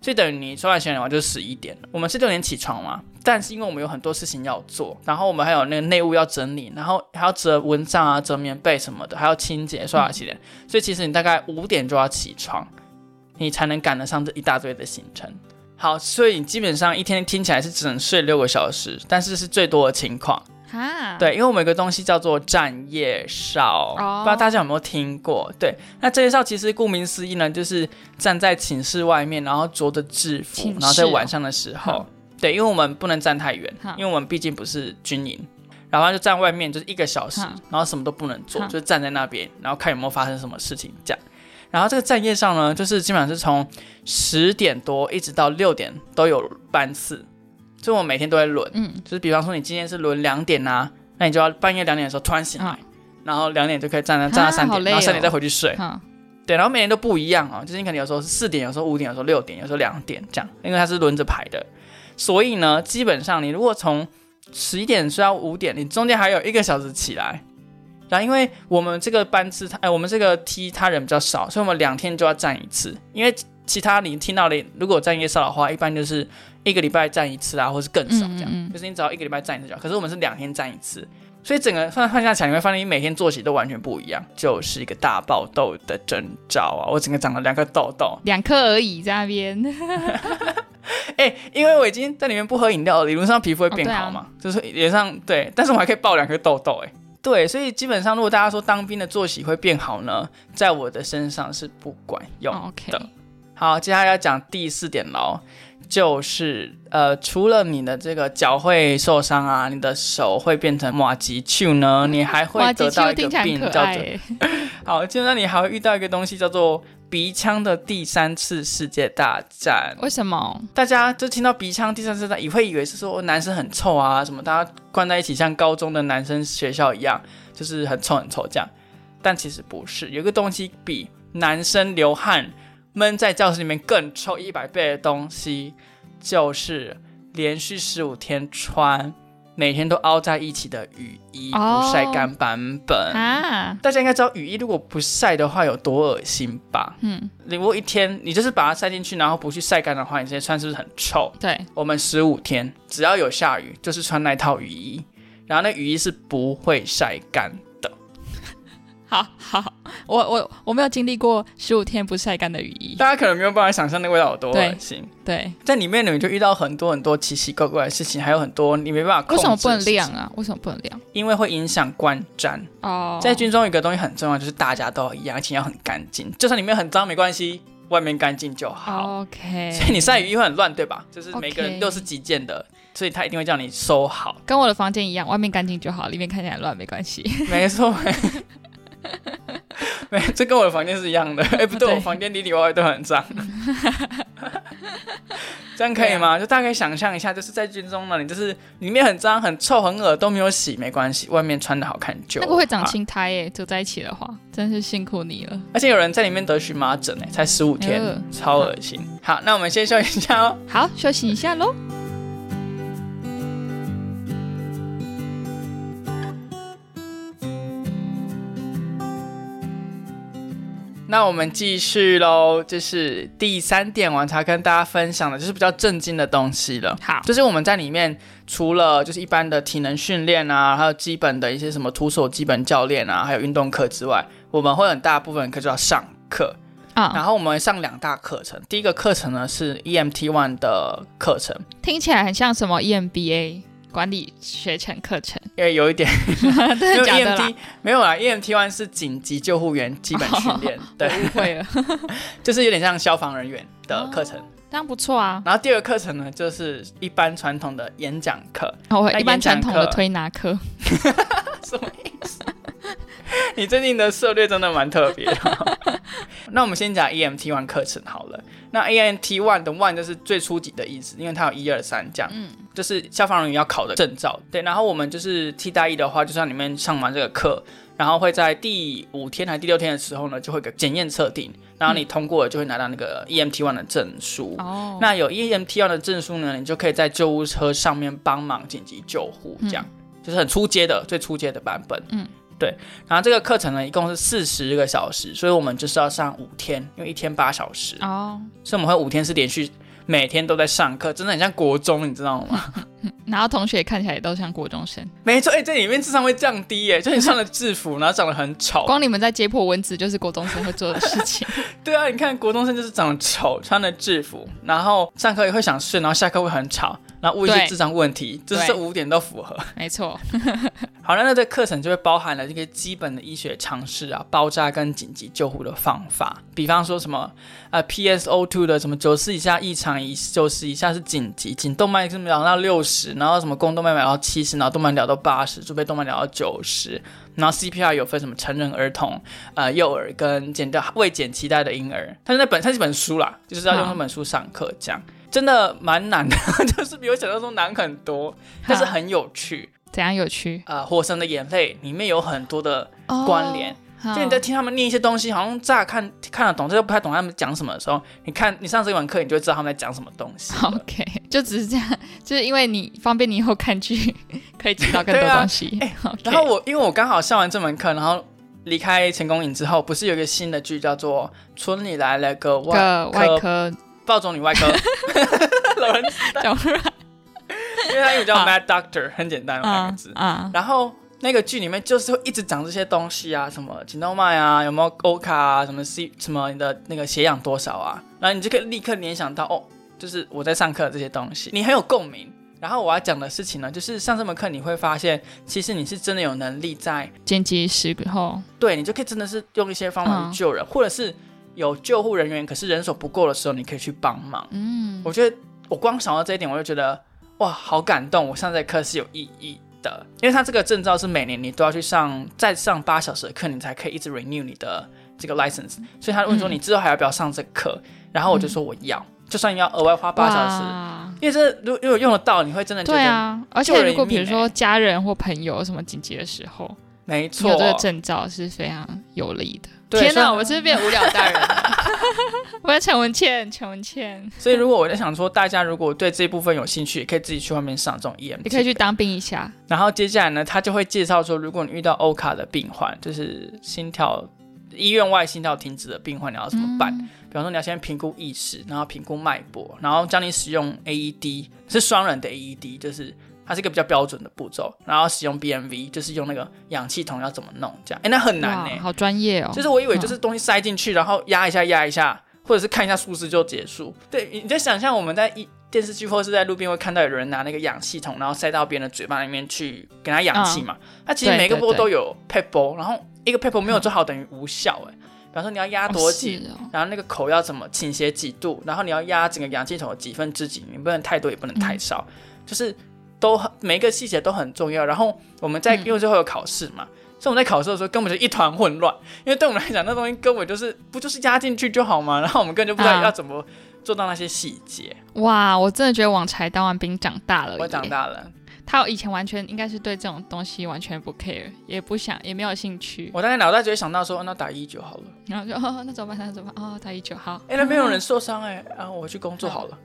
Speaker 2: 所以等于你刷牙洗脸完就是十一点了。我们是六点起床嘛，但是因为我们有很多事情要做，然后我们还有那个内务要整理，然后还要折蚊帐啊、折棉被什么的，还要清洁、刷牙洗脸，所以其实你大概五点就要起床，你才能赶得上这一大堆的行程。好，所以你基本上一天听起来是只能睡六个小时，但是是最多的情况。
Speaker 1: 哈，，
Speaker 2: 对，因为我们有个东西叫做站夜哨，
Speaker 1: 哦
Speaker 2: 不知道大家有没有听过？对，那站夜哨其实顾名思义呢，就是站在寝室外面，然后着着制服，
Speaker 1: 寝室
Speaker 2: 然后在
Speaker 1: 哦
Speaker 2: 晚上的时候
Speaker 1: 好，
Speaker 2: 对，因为我们不能站太远
Speaker 1: 好，
Speaker 2: 因为我们毕竟不是军营。然后他就站外面，就是一个小时
Speaker 1: 好，
Speaker 2: 然后什么都不能做，
Speaker 1: 好
Speaker 2: 就站在那边，然后看有没有发生什么事情这样。然后这个站夜哨呢，就是基本上是从十点多一直到六点都有班次，所以我每天都会轮。
Speaker 1: 嗯，
Speaker 2: 就是比方说你今天是轮两点呐、那你就要半夜两点的时候突然醒来，
Speaker 1: 啊，
Speaker 2: 然后两点就可以站到
Speaker 1: 啊
Speaker 2: 站到三
Speaker 1: 好
Speaker 2: 点，
Speaker 1: 累哦
Speaker 2: 然后三点再回去睡。
Speaker 1: 好，
Speaker 2: 对，然后每年都不一样哦，就是你可能有时候是四点，有时候五点，有时候六点，有时候两点这样，因为它是轮着排的。所以呢，基本上你如果从十一点睡到五点，你中间还有一个小时起来。然后，因为我们这个班次，它哎，我们这个梯他人比较少，所以我们两天就要站一次。因为其他你听到的，如果站夜哨的话，一般就是一个礼拜站一次啊，或是更少这样。
Speaker 1: 嗯嗯嗯
Speaker 2: 就是你只要一个礼拜站一次就好。可是我们是两天站一次，所以整个放放下起来，你会发现你每天作息都完全不一样，就是一个大爆痘的征兆啊！我整个长了两个痘痘，
Speaker 1: 两颗而已，在那边。
Speaker 2: [LAUGHS] 哎、因为我已经在里面不喝饮料了，理论上皮肤会变好嘛，就是脸上对，但是我还可以爆两颗痘痘、哎，对，所以基本上如果大家说当兵的作息会变好呢，在我的身上是不管
Speaker 1: [LAUGHS]
Speaker 2: 用。
Speaker 1: 哦 OK，
Speaker 2: 的好，接下来要讲第四点喽，就是呃，除了你的这个脚会受伤啊，你的手会变成马吉丘呢，你还会
Speaker 1: 哇，
Speaker 2: 得
Speaker 1: 机器
Speaker 2: 到一个
Speaker 1: 听起来很
Speaker 2: 病
Speaker 1: 可
Speaker 2: 叫
Speaker 1: 爱
Speaker 2: 做
Speaker 1: 耶。
Speaker 2: 好，基本上你还会遇到一个东西叫做鼻腔的第三次世界大战。
Speaker 1: 为什么？
Speaker 2: 大家就听到鼻腔第三次大战，也会以为是说哦男生很臭啊，什么大家关在一起像高中的男生学校一样，就是很臭很臭这样。但其实不是，有一个东西比男生流汗闷在教室里面更臭一百倍的东西，就是连续十五天穿每天都凹在一起的雨衣，
Speaker 1: 哦
Speaker 2: 不晒干版本。
Speaker 1: 啊，
Speaker 2: 大家应该知道雨衣如果不晒的话有多恶心吧？
Speaker 1: 嗯，
Speaker 2: 你如果一天你就是把它晒进去，然后不去晒干的话，你这些穿是不是很臭？
Speaker 1: 对，
Speaker 2: 我们十五天只要有下雨，就是穿那套雨衣，然后那雨衣是不会晒干的。
Speaker 1: 好好，我我我没有经历过十五天不晒干的雨衣，
Speaker 2: 大家可能没有办法想象那个味道有多恶心，
Speaker 1: 对，
Speaker 2: 在里面你就遇到很多很多奇奇怪怪的事情，还有很多你没办法
Speaker 1: 为
Speaker 2: 控制。
Speaker 1: 什么不能晾？啊？为什么不能晾？
Speaker 2: 因为会影响观瞻。
Speaker 1: 哦，
Speaker 2: 在军中有一个东西很重要，就是大家都一样，而且要很干净。就算里面很脏没关系，外面干净就
Speaker 1: [LAUGHS]
Speaker 2: 好。
Speaker 1: OK，
Speaker 2: 所以你晒雨衣会很乱，对吧？就是每个人
Speaker 1: 哦 OK
Speaker 2: 都是几件的，所以他一定会叫你收好。
Speaker 1: 跟我的房间一样，外面干净就好，里面看起来乱没关 [LAUGHS] 系。
Speaker 2: 没错，没没，这跟我的房间是一样的。哎、不对，
Speaker 1: 对嗯
Speaker 2: 我房间里里外外都很脏。这样可以
Speaker 1: 啊
Speaker 2: 吗？就大概想象一下，就是在军中呢，你就是里面很脏、很臭、很恶都没有洗，没关系，外面穿的好看就
Speaker 1: 那个会长
Speaker 2: 好
Speaker 1: 青苔耶，走在一起的话，真是辛苦你了。
Speaker 2: 而且有人在里面得荨麻疹呢、欸才十五天，
Speaker 1: 哎呦
Speaker 2: 超恶心。好，那我们先休息一下哦。
Speaker 1: 好，休息一下喽。
Speaker 2: 那我们继续喽，就是第三点，晚茶跟大家分享的就是比较震惊的东西了。
Speaker 1: 好，
Speaker 2: 就是我们在里面除了就是一般的体能训练啊，还有基本的一些什么徒手基本教练啊，还有运动课之外，我们会很大部分课就要上课。然
Speaker 1: 啊，
Speaker 2: 后我们上两大课程，第一个课程呢是 EMT One 的课程，
Speaker 1: 听起来很像什么 E EMBA 管理学程课 [LAUGHS] 程，
Speaker 2: 因为有一点
Speaker 1: 真的假的啦
Speaker 2: EMT？没有啦，EMT One 是紧急救护员基本训练，对， [LAUGHS]
Speaker 1: 我误会啊了，
Speaker 2: 就是有点像消防人员的课程。
Speaker 1: 这样不错啊。
Speaker 2: 然后第二个课程呢，就是一般传统的演讲课。
Speaker 1: 我
Speaker 2: 那
Speaker 1: 哦一般
Speaker 2: 演讲
Speaker 1: 传统的
Speaker 2: 课
Speaker 1: 推拿课，
Speaker 2: [LAUGHS] 你最近的策略真的蛮特别的 [LAUGHS] 哦。那我们先讲 EMT One 课程好了。那 EMT One 的 One 就是最初级的意思，因为它有一二三这样，嗯，就是消防人员要考的证照。对，然后我们就是替代役的话，就是让你们上完这个课，然后会在第五天还是第六天的时候呢，就会有个检验测定，然后你通过了就会拿到那个 EMT One 的证书。
Speaker 1: 哦，
Speaker 2: 那有 E EMT 样的证书呢，你就可以在救护车上面帮忙紧急救护，这样、就是很初阶的最初阶的版本。
Speaker 1: 嗯，
Speaker 2: 对。然后这个课程呢，一共是四十个小时，所以我们就是要上五天，因为一天八小时，
Speaker 1: 哦，
Speaker 2: 所以我们会五天是连续每天都在上课，真的很像国中，你知道吗？ [LAUGHS]
Speaker 1: 然后同学看起来都像国中生，
Speaker 2: 没错，哎、这里面智商会降低耶，就你穿了制服，然后长得很丑。
Speaker 1: 光你们在解剖文字就是国中生会做的事情。
Speaker 2: 对啊，你看国中生就是长得丑，穿了制服，然后上课也会想睡，然后下课会很吵，然后问一些
Speaker 1: 对
Speaker 2: 智商问题，这
Speaker 1: 对
Speaker 2: 这五点都符合。
Speaker 1: 没
Speaker 2: [LAUGHS]
Speaker 1: 错，
Speaker 2: 好，那那这课程就会包含了这个基本的医学常识啊，包扎跟紧急救护的方法，比方说什么呃 PSO2 的什么九十以下异常，以九十以下是紧急，颈动脉是秒到六十，然后什么肱动脉秒到七十，脑动脉秒到八十，主被动脉秒到九十，然后 CPR 有分什么成人、儿童、呃幼儿跟减掉未减脐带的婴儿，它是那本它是一本书啦，就是要用那本书上课这样。真的蛮难的， [LAUGHS] 就是比我想象中难很多，但是
Speaker 1: 哈
Speaker 2: 很有趣。
Speaker 1: 怎样有趣
Speaker 2: 啊，《火神的眼泪》里面有很多的，关联。
Speaker 1: 哦
Speaker 2: 就你在听他们念一些东西，好像乍看看得懂，但又不太懂他们讲什么的时候，你看你上这门课，你就会知道他们在讲什么东西。
Speaker 1: [LAUGHS] 好 [LAUGHS] OK，就只是这样，就是因为你方便你以后看剧可以知道更
Speaker 2: 对
Speaker 1: 多
Speaker 2: 啊
Speaker 1: 东西。o [LAUGHS] k
Speaker 2: 然后我因为我刚好上完这门课，然后离开成功营之后，不是有一个新的剧叫做《村里来了
Speaker 1: [LAUGHS]
Speaker 2: 个外
Speaker 1: 个外科
Speaker 2: 暴走女外
Speaker 1: [LAUGHS]
Speaker 2: 科》，老人，
Speaker 1: 叫
Speaker 2: 因为他英语叫
Speaker 1: 好
Speaker 2: Mad Doctor，很简单两个
Speaker 1: [LAUGHS] 啊
Speaker 2: 字。
Speaker 1: 啊，
Speaker 2: 然后那个剧里面就是会一直讲这些东西啊，什么颈动脉啊，有没有欧卡啊，什么 C 什么你的那个血氧多少啊，然后你就可以立刻联想到哦，就是我在上课的这些东西，你很有共鸣。然后我要讲的事情呢，就是上这门课你会发现，其实你是真的有能力在
Speaker 1: 剪辑时候
Speaker 2: 对你就可以真的是用一些方法
Speaker 1: 嗯
Speaker 2: 去救人，或者是有救护人员可是人手不够的时候，你可以去帮忙。
Speaker 1: 嗯，
Speaker 2: 我觉得我光想到这一点，我就觉得哇，好感动！我上这课是有意义的，因为他这个证照是每年你都要去上，再上八小时的课，你才可以一直 renew 你的这个 license。所以他问说
Speaker 1: 嗯
Speaker 2: 你之后还要不要上这个课，然后我就说我要，就算要额外花八小时，
Speaker 1: 时。
Speaker 2: 因为这如如果用得到，你会真的觉
Speaker 1: 对
Speaker 2: 得
Speaker 1: 啊，而
Speaker 2: 救
Speaker 1: 且
Speaker 2: 人
Speaker 1: 如果
Speaker 2: 一
Speaker 1: 比如
Speaker 2: 命
Speaker 1: 说
Speaker 2: 欸
Speaker 1: 家人或朋友有什么紧急的时候，
Speaker 2: 没错
Speaker 1: 你有这个。证照是非常有利的。
Speaker 2: 对
Speaker 1: 天
Speaker 2: 所以
Speaker 1: 哪，我是不是变无聊大人了。
Speaker 2: [LAUGHS]
Speaker 1: 我要陈文倩，陈文倩，
Speaker 2: 所以如果我在想说，大家如果对这部分有兴趣，也可以自己去外面上这种 EMT，
Speaker 1: 你可以去当兵一下。
Speaker 2: 然后接下来呢，他就会介绍说，如果你遇到欧卡的病患，就是心跳医院外心跳停止的病患，你要
Speaker 1: 嗯
Speaker 2: 怎么办？比方说，你要先评估意识，然后评估脉搏，然后教你使用 AED，是双人的 AED，就是它是一个比较标准的步骤，然后使用 BMV，就是用那个氧气筒要怎么弄这样。哎，那很难呢、
Speaker 1: 哇好专业哦。
Speaker 2: 就是我以为就是东西塞进去，然后压一下压一下，或者是看一下数字就结束。对，你就想象我们在一电视剧或是在路边会看到有人拿那个氧气筒，然后塞到别人的嘴巴里面去给他氧气嘛。它其实
Speaker 1: 嗯对
Speaker 2: 每个
Speaker 1: 对
Speaker 2: 波
Speaker 1: 对
Speaker 2: 都有 p e p e 然后一个 p e p e 没有做好等于无效哎、比方说你要压
Speaker 1: 哦
Speaker 2: 多
Speaker 1: 是
Speaker 2: 紧，
Speaker 1: 哦
Speaker 2: 然后那个口要怎么倾斜几度，然后你要压整个氧气筒有几分之几，你不能太多也不能太少，就是都很每一个细节都很重要。然后我们在
Speaker 1: 嗯
Speaker 2: 因为最后有考试嘛，所以我们在考试的时候根本就一团混乱，因为对我们来讲那东西根本就是不就是压进去就好吗？然后我们根本就不知道
Speaker 1: 啊
Speaker 2: 要怎么做到那些细节。
Speaker 1: 哇，我真的觉得网才当完兵长大了。
Speaker 2: 我长，大了，
Speaker 1: 他以前完全应该是对这种东西完全不 care，也不想，也没有兴趣。
Speaker 2: 我大概脑袋就会想到说，哦那打一九好了。
Speaker 1: 然后就哦，那怎么办？那怎么办？哦，打一九号。
Speaker 2: 哎、那边有人受伤哎、啊，我去工作好了。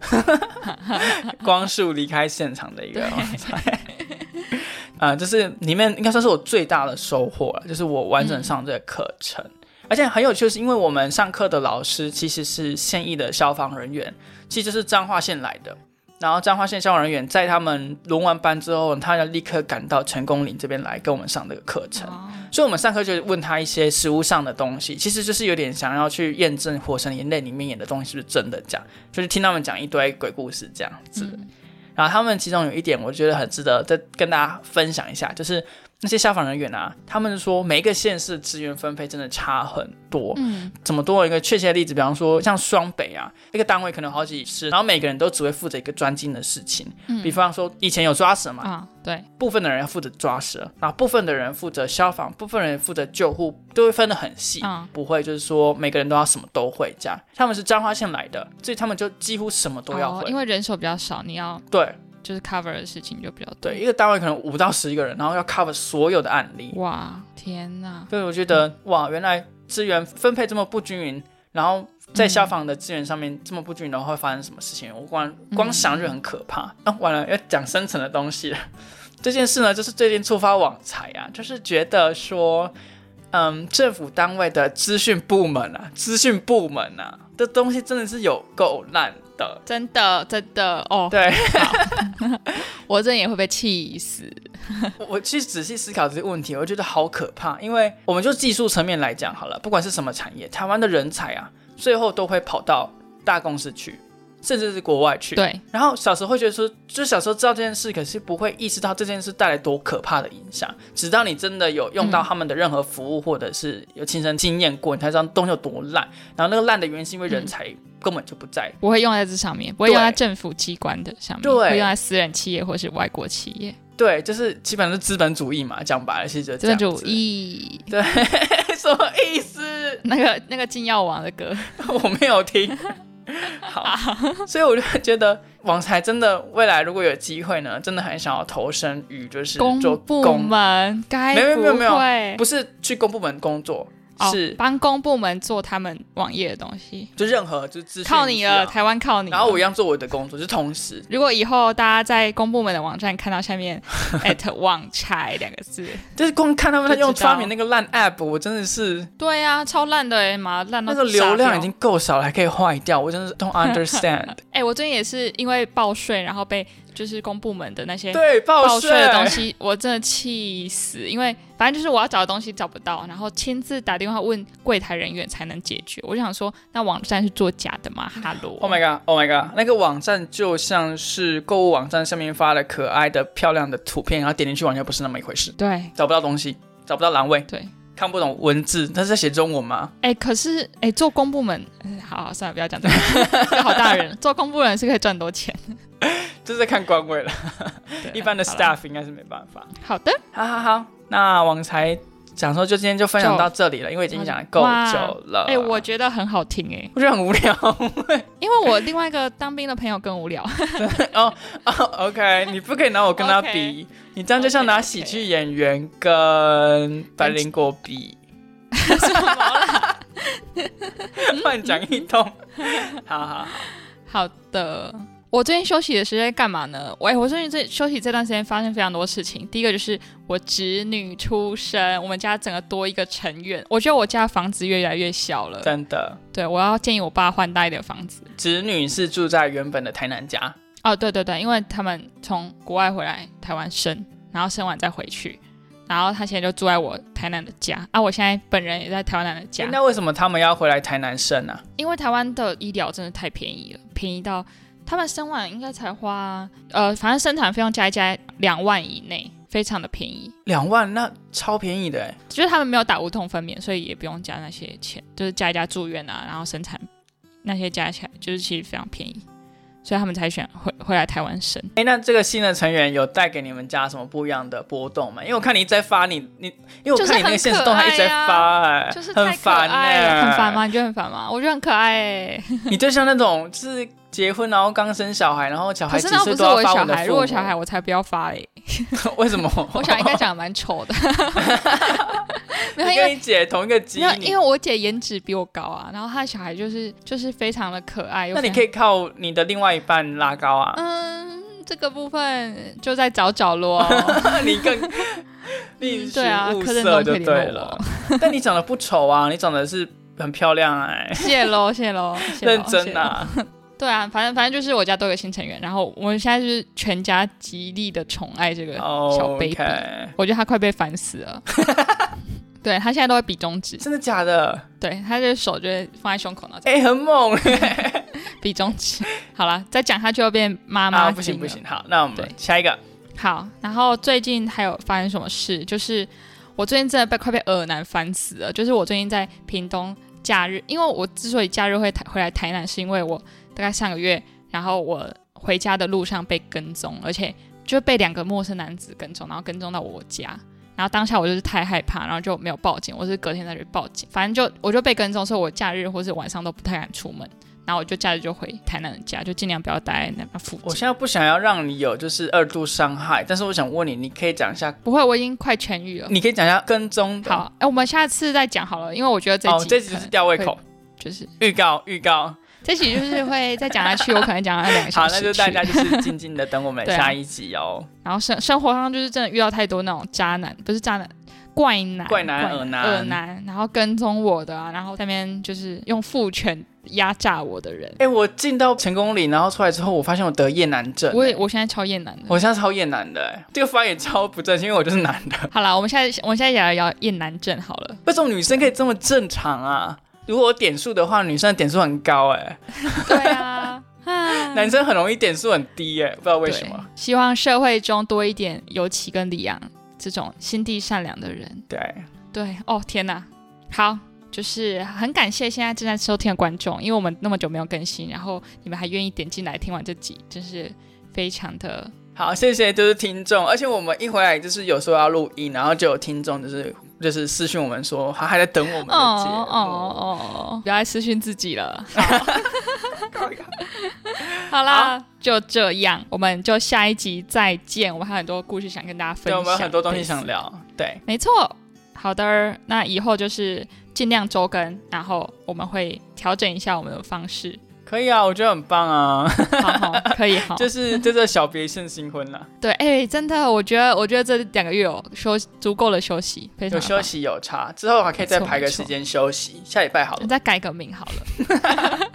Speaker 2: 光速离开现场的一个网站。 [LAUGHS] 啊、就是里面应该算是我最大的收获了，就是我完整上这个课程，而且很有趣，是因为我们上课的老师其实是现役的消防人员，其实就是彰化县来的。然后彰化县消防人员在他们轮完班之后，他要立刻赶到成功岭这边来跟我们上这个课程。
Speaker 1: 哦
Speaker 2: 所以我们上课就问他一些实物上的东西，其实就是有点想要去验证《火神的眼泪》里面演的东西是不是真的这样，就是听他们讲一堆鬼故事这样子。
Speaker 1: 嗯
Speaker 2: 然后他们其中有一点，我觉得很值得再跟大家分享一下，就是那些消防人员啊，他们说每一个县市资源分配真的差很多。
Speaker 1: 嗯，
Speaker 2: 怎么多一个确切的例子，比方说像双北啊，一个单位可能有好几师，然后每个人都只会负责一个专精的事情。
Speaker 1: 嗯
Speaker 2: 比方说以前有抓蛇嘛，
Speaker 1: 啊，对，
Speaker 2: 部分的人要负责抓蛇，然后部分的人负责消防，部分人负责救护，都会分得很细，
Speaker 1: 嗯
Speaker 2: 不会就是说每个人都要什么都会这样。他们是彰化县来的，所以他们就几乎什么都要
Speaker 1: 哦
Speaker 2: 会。
Speaker 1: 因为人手比较少，你要
Speaker 2: 对
Speaker 1: 就是 cover 的事情就比较多。
Speaker 2: 对，一个单位可能五到十一个人，然后要 cover 所有的案例。
Speaker 1: 哇，天哪！
Speaker 2: 所以我觉得哇，原来资源分配这么不均匀，然后在消防的资源上面这么不均匀的话，会发生什么事情？我光光想就很可怕。那、完了，要讲深层的东西了。这件事呢，就是最近触发网财啊，就是觉得说，嗯，政府单位的资讯部门啊，资讯部门啊，这东西真的是有够烂的。
Speaker 1: 真的，真的哦，
Speaker 2: 对
Speaker 1: [LAUGHS] 我真的也会被气死。
Speaker 2: 我我去仔细思考这些问题，我觉得好可怕。因为我们就技术层面来讲好了，不管是什么产业，台湾的人才啊，最后都会跑到大公司去，甚至是国外去。
Speaker 1: 对，
Speaker 2: 然后小时候会觉得说，就小时候知道这件事，可是不会意识到这件事带来多可怕的影响。直到你真的有
Speaker 1: 嗯
Speaker 2: 用到他们的任何服务，或者是有亲身经验过，你才知道东西有多烂。然后那个烂的原因是因为
Speaker 1: 嗯
Speaker 2: 人才根本就不在。
Speaker 1: 不会用在这上面，不会用
Speaker 2: 对
Speaker 1: 在政府机关的上面，
Speaker 2: 对
Speaker 1: 会用在私人企业或是外国企业。
Speaker 2: 对，就是基本上是资本主义嘛，讲白了其实就是
Speaker 1: 资
Speaker 2: 这样
Speaker 1: 本
Speaker 2: 子
Speaker 1: 主义，
Speaker 2: [LAUGHS] 什么意思？ [LAUGHS]
Speaker 1: 那个那个禁药王的歌，
Speaker 2: 我没有听。好，
Speaker 1: [LAUGHS]
Speaker 2: [LAUGHS] 所以我就觉得网才真的未来如果有机会呢，真的很想要投身于就是
Speaker 1: 公
Speaker 2: 做
Speaker 1: 部门该
Speaker 2: 没有
Speaker 1: 不
Speaker 2: 没有没有
Speaker 1: 会
Speaker 2: 不是去公部门工作，
Speaker 1: 哦
Speaker 2: 是
Speaker 1: 帮公部门做他们网页的东西，
Speaker 2: 就任何就是资讯
Speaker 1: 靠你了，
Speaker 2: 需要
Speaker 1: 台湾靠你了。
Speaker 2: 然后我一样做我的工作，就是同时。
Speaker 1: 如果以后大家在公部门的网站看到下
Speaker 2: [LAUGHS]
Speaker 1: 面 at 网柴两个字，
Speaker 2: 就是光看他们在用
Speaker 1: 就知道
Speaker 2: 发明那个烂 app，我真的是
Speaker 1: 对呀、超烂的欸，妈烂到
Speaker 2: 那个
Speaker 1: 炸
Speaker 2: 流
Speaker 1: 掉
Speaker 2: 量已经够少了，还可以坏掉，我真的是
Speaker 1: [LAUGHS]
Speaker 2: don't understand。
Speaker 1: 哎、我最近也是因为报税，然后被就是公部门的那些
Speaker 2: 对，
Speaker 1: 报
Speaker 2: 报
Speaker 1: 税的东西，我真的气死。因为反正就是我要找的东西找不到，然后亲自打电话问柜台人员才能解决。我就想说，那网站是做假的吗？哈喽
Speaker 2: [LAUGHS] Oh my god! Oh my god! 那个网站就像是购物网站上面发了可爱的、漂亮的图片，然后点进去完全不是那么一回事，
Speaker 1: 对
Speaker 2: 找不到东西，找不到栏位，
Speaker 1: 对，
Speaker 2: 看不懂文字，他是在写中文吗？
Speaker 1: 哎、可是哎、做公部门，嗯好好算了，不要讲这
Speaker 2: [LAUGHS]
Speaker 1: 个，这个好大人，做公部门是可以赚很多钱。
Speaker 2: 这是在看
Speaker 1: [LAUGHS]
Speaker 2: 官位了，
Speaker 1: 对
Speaker 2: 一般的
Speaker 1: 好啦
Speaker 2: staff 应该是没办法。
Speaker 1: 好的，
Speaker 2: 好好好，那网才讲说就今天就分享到这里了，因为已经讲的够
Speaker 1: 哇
Speaker 2: 久了。
Speaker 1: 哎、我觉得很好听哎、
Speaker 2: 我觉得很无聊。
Speaker 1: [LAUGHS]
Speaker 2: [LAUGHS]
Speaker 1: 因为我另外一个当兵的朋友更无聊。
Speaker 2: 哦、o k 你不可以拿我跟他比你这样就像拿喜剧演员跟白灵果比。
Speaker 1: 嗯
Speaker 2: 乱讲一
Speaker 1: [LAUGHS]
Speaker 2: 通，好好好，
Speaker 1: 好的，我最近休息的时间在干嘛呢？喂，我最近这休息这段时间发生非常多事情。第一个就是我侄女出生，我们家整个多一个成员。我觉得我家房子越来越小了。
Speaker 2: 真的，
Speaker 1: 对，我要建议我爸换大一点房子。
Speaker 2: 侄女是住在原本的台南家，
Speaker 1: 哦，对对对，因为他们从国外回来台湾生，然后生完再回去，然后他现在就住在我台南的家啊。我现在本人也在台湾的家。
Speaker 2: 诶那为什么他们要回来台南生啊呢、
Speaker 1: 因为台湾的医疗真的太便宜了，便宜到他们生完应该才花呃，反正生产费用加一加两万以内，非常的便宜。
Speaker 2: 两万那超便宜的、欸诶
Speaker 1: 就是他们没有打无痛分娩，所以也不用加那些钱，就是加一加住院啊，然后生产那些加起来，就是其实非常便宜。所以他们才选回回来台湾 [LAUGHS] 生。
Speaker 2: 哎，那这个新的成员有带给你们家什么不一样的波动吗？因为我看你一直在发你你，因为我看你那个现实动态一直在发、哎，
Speaker 1: 啊就是
Speaker 2: 很
Speaker 1: 太可
Speaker 2: 烦
Speaker 1: 爱
Speaker 2: 哎、
Speaker 1: 了，很烦？吗？啊你觉得很烦吗？我觉得很可爱哎、
Speaker 2: 你就像那种就是结婚然后刚生小孩，然后小
Speaker 1: 可
Speaker 2: 孩
Speaker 1: 是
Speaker 2: 几
Speaker 1: 那不
Speaker 2: 岁
Speaker 1: 是
Speaker 2: 都要
Speaker 1: 我的
Speaker 2: 发
Speaker 1: 小
Speaker 2: 的
Speaker 1: 孩，
Speaker 2: 父
Speaker 1: 如
Speaker 2: 母
Speaker 1: 果小孩，我才不要发嘞。
Speaker 2: [LAUGHS] 为什么？
Speaker 1: 我想应
Speaker 2: [LAUGHS]
Speaker 1: 该长得蛮丑 [LAUGHS] 的，没有
Speaker 2: 你
Speaker 1: 因
Speaker 2: 跟
Speaker 1: 为
Speaker 2: 你姐同一个基
Speaker 1: 没有因
Speaker 2: 因
Speaker 1: 为。我姐颜值比我高啊，然后她的小孩就是就是非常的可爱。又
Speaker 2: 那你
Speaker 1: 非常
Speaker 2: 可以靠你的另外一半拉高啊，
Speaker 1: 嗯，这个部分就在找角落哦、
Speaker 2: [LAUGHS] 你
Speaker 1: [LAUGHS]
Speaker 2: 更另
Speaker 1: 嗯
Speaker 2: 寻
Speaker 1: 对啊
Speaker 2: 物
Speaker 1: 柯震
Speaker 2: 色
Speaker 1: 东
Speaker 2: 就
Speaker 1: 可以联
Speaker 2: 对
Speaker 1: 络
Speaker 2: 了。但你长得不丑啊，你长得是很漂亮哎、
Speaker 1: 谢喽，谢喽，谢咯 [LAUGHS]
Speaker 2: 认真。
Speaker 1: 谢咯 [LAUGHS]
Speaker 2: 啊，
Speaker 1: 对啊，反正反正就是我家都有新成员，然后我们现在就是全家极力的宠爱这个小
Speaker 2: o
Speaker 1: baby，、
Speaker 2: k
Speaker 1: 我觉得他快被烦死了。 [LAUGHS] 对他现在都会比中指，
Speaker 2: 真的假的？
Speaker 1: 对他的手就会放在胸口，然后再
Speaker 2: 哎、很猛
Speaker 1: 比中指。好了，再讲下去又变妈妈、
Speaker 2: 啊！不行不行，。好，那我们
Speaker 1: 对
Speaker 2: 下一个
Speaker 1: 好，然后最近还有发生什么事？就是我最近真的被快被耳南烦死了。就是我最近在屏东假日，因为我之所以假日会台回来台南，是因为我大概上个月，然后我回家的路上被跟踪，而且就被两个陌生男子跟踪，然后跟踪到我家。然后当下我就是太害怕，然后就没有报警，我是隔天才去报警。反正就我就被跟踪，所以我假日或是晚上都不太敢出门。然后我就假日就回台南的家，就尽量不要待在那边附
Speaker 2: 我
Speaker 1: 近。
Speaker 2: 现在不想要让你有就是二度伤害，但是我想问你，你可以讲一下，
Speaker 1: 不会，我已经快痊愈了。
Speaker 2: 你可以讲一下跟踪的。
Speaker 1: 好，哎、我们下次再讲好了，因为我觉得这
Speaker 2: 哦
Speaker 1: 集，
Speaker 2: 这集
Speaker 1: 可
Speaker 2: 是
Speaker 1: 能
Speaker 2: 吊胃口，
Speaker 1: 就是
Speaker 2: 预告预告。
Speaker 1: 这集就是会再讲下去，我可能讲到两个小，
Speaker 2: 好
Speaker 1: 时
Speaker 2: 那
Speaker 1: 去。
Speaker 2: 就大家就是静静的等我
Speaker 1: [LAUGHS]
Speaker 2: 们
Speaker 1: 对啊
Speaker 2: 下一集哦。
Speaker 1: 然后生生活上就是真的遇到太多那种渣男，不是渣男，怪男、
Speaker 2: 怪男恶男
Speaker 1: 恶男，然后跟踪我的啊，然后在那边就是用父权压榨我的人。
Speaker 2: 哎、我进到成功岭，然后出来之后，我发现我得厌男症。
Speaker 1: 我也我现在超厌男的。
Speaker 2: 我现在超厌男的、哎这个发言超不正确，因为我就是男的。
Speaker 1: 好啦，我们现在我们现在聊聊厌男症好
Speaker 2: [LAUGHS]
Speaker 1: 了。
Speaker 2: 为什么女生可以这么正常啊？如果我点数的话，女生的点数很高、哎、
Speaker 1: 对啊，啊
Speaker 2: 男生很容易点数很低、哎，不知道 [LAUGHS] 为
Speaker 1: 对
Speaker 2: 什么。
Speaker 1: 希望社会中多一点尤其跟李阳这种心地善良的人。
Speaker 2: 对，
Speaker 1: 对，哦天哪，好，就是很感谢现在正在收听的观众，因为我们那么久没有更新，然后你们还愿意点进来听完这集，真是非常的
Speaker 2: 好，谢谢就是听众，而且我们一回来就是有时候要录音，然后就有听众就是就是私讯我们说他还在等我们的
Speaker 1: 哦
Speaker 2: 节目。
Speaker 1: 哦哦，不要再私讯自己了。好啦，就这样，我们就下一集再见。我们还有很多故事想跟大家分
Speaker 2: 对，
Speaker 1: 享，
Speaker 2: 我们有很多东西想。聊。对，
Speaker 1: 没错，好的，那以后就是尽量周更，然后我们会调整一下我们的方式。
Speaker 2: 可以啊，我觉得很棒啊，
Speaker 1: 好好，可以好，
Speaker 2: [LAUGHS] 就是这个小别胜新婚了，
Speaker 1: 对，哎、真的，我觉得，我觉得这两个月有休足够的休息， [LAUGHS] 非常
Speaker 2: 有
Speaker 1: 的
Speaker 2: 休息有差，之后还可以再
Speaker 1: 没错
Speaker 2: 排个
Speaker 1: 没错
Speaker 2: 时间休息，下礼拜好
Speaker 1: 棒。
Speaker 2: 了
Speaker 1: 你。再改个名好了。
Speaker 2: [LAUGHS]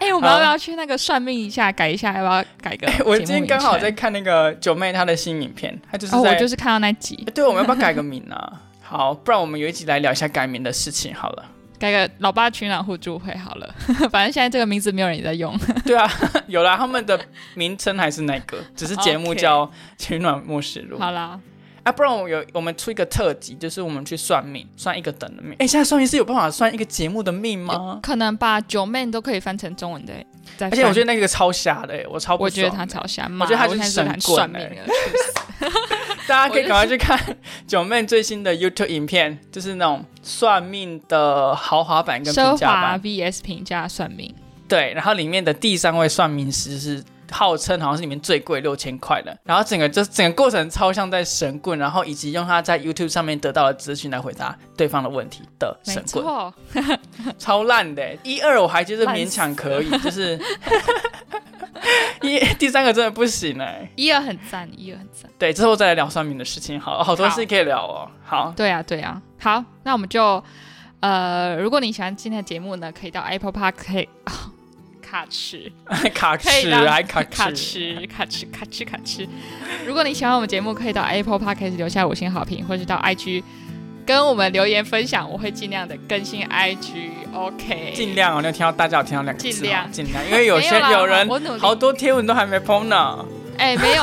Speaker 1: 哎、我们要不要去那个算命一下，改一下？要不要改个节目名称？
Speaker 2: 哎 [LAUGHS] 我今天刚好在看那个九妹她的新影片，她就是在、
Speaker 1: 哦，我就是看到那集，
Speaker 2: 对，我们要不要改个名啊？好，不然我们有一集来聊一下改名的事情好了。
Speaker 1: 改个老爸取暖互助会好了。 [LAUGHS] 反正现在这个名字没有人在用。
Speaker 2: 对啊，有啦，他们的名称还是那 [LAUGHS] 个，只是节目
Speaker 1: OK
Speaker 2: 叫《取暖末世录》
Speaker 1: 好啦，
Speaker 2: 啊。不然我们有我们出一个特辑，就是我们去算命，算一个等的命。哎，现在算命是有办法算一个节目的命吗？
Speaker 1: 可能把九妹都可以翻成中文的。而
Speaker 2: 而且我觉得那个超瞎的、欸，我超不
Speaker 1: 我觉得
Speaker 2: 爽
Speaker 1: 他
Speaker 2: 的
Speaker 1: 超瞎，
Speaker 2: 我觉得他
Speaker 1: 妈
Speaker 2: 就是
Speaker 1: 现在
Speaker 2: 神
Speaker 1: 很
Speaker 2: 棍
Speaker 1: 算命
Speaker 2: 欸
Speaker 1: 了，去死
Speaker 2: [LAUGHS] 大家可以
Speaker 1: 我就是
Speaker 2: 赶快去看九妹最新的 YouTube 影片，就是那种算命的豪华版跟
Speaker 1: 奢
Speaker 2: 平价
Speaker 1: 华
Speaker 2: 版。
Speaker 1: VS 评价算命。
Speaker 2: 对，然后里面的第三位算命师是号称好像是里面最贵六千块的，然后整个就整个过程超像在神棍，然后以及用他在 YouTube 上面得到的资讯来回答对方的问题的
Speaker 1: 没
Speaker 2: 神棍，
Speaker 1: 错，
Speaker 2: 超烂的欸。一二我还就是
Speaker 1: 烂
Speaker 2: 勉
Speaker 1: 死
Speaker 2: 强可以，就是 [LAUGHS] 一第三个真的不行哎。
Speaker 1: 一二很赞，一二很赞。
Speaker 2: 对，之后再来聊算命的事情，好好多事
Speaker 1: 好
Speaker 2: 可以聊哦。好，
Speaker 1: 对啊，对啊。好，那我们就呃，如果你喜欢今天的节目呢，可以到 Apple Park 可以、 [LAUGHS] 啊卡吃
Speaker 2: 卡
Speaker 1: 可以
Speaker 2: 尺
Speaker 1: 让
Speaker 2: 还卡
Speaker 1: 卡
Speaker 2: 尺。
Speaker 1: 吃卡吃卡吃卡吃。如果你喜欢我们节目，可以到 Apple Park 留下五星好评，或是到 IG 跟我们留言分享，我会尽量的更新 IG。OK，
Speaker 2: 尽量哦，你有听到大家有听到两个字、哦，
Speaker 1: 尽量
Speaker 2: 尽量，因为有些
Speaker 1: 没啦
Speaker 2: 有人
Speaker 1: 我努力
Speaker 2: 好多贴文都还没 PO 呢。
Speaker 1: 哎、没有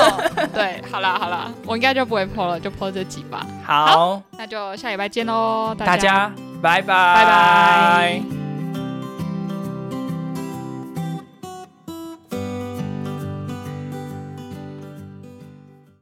Speaker 1: 对，好啦好啦，我应该就不会 PO 了，就 PO 这几吧。
Speaker 2: 好，
Speaker 1: 那就下礼拜见喽，
Speaker 2: 大家拜拜，
Speaker 1: 拜拜。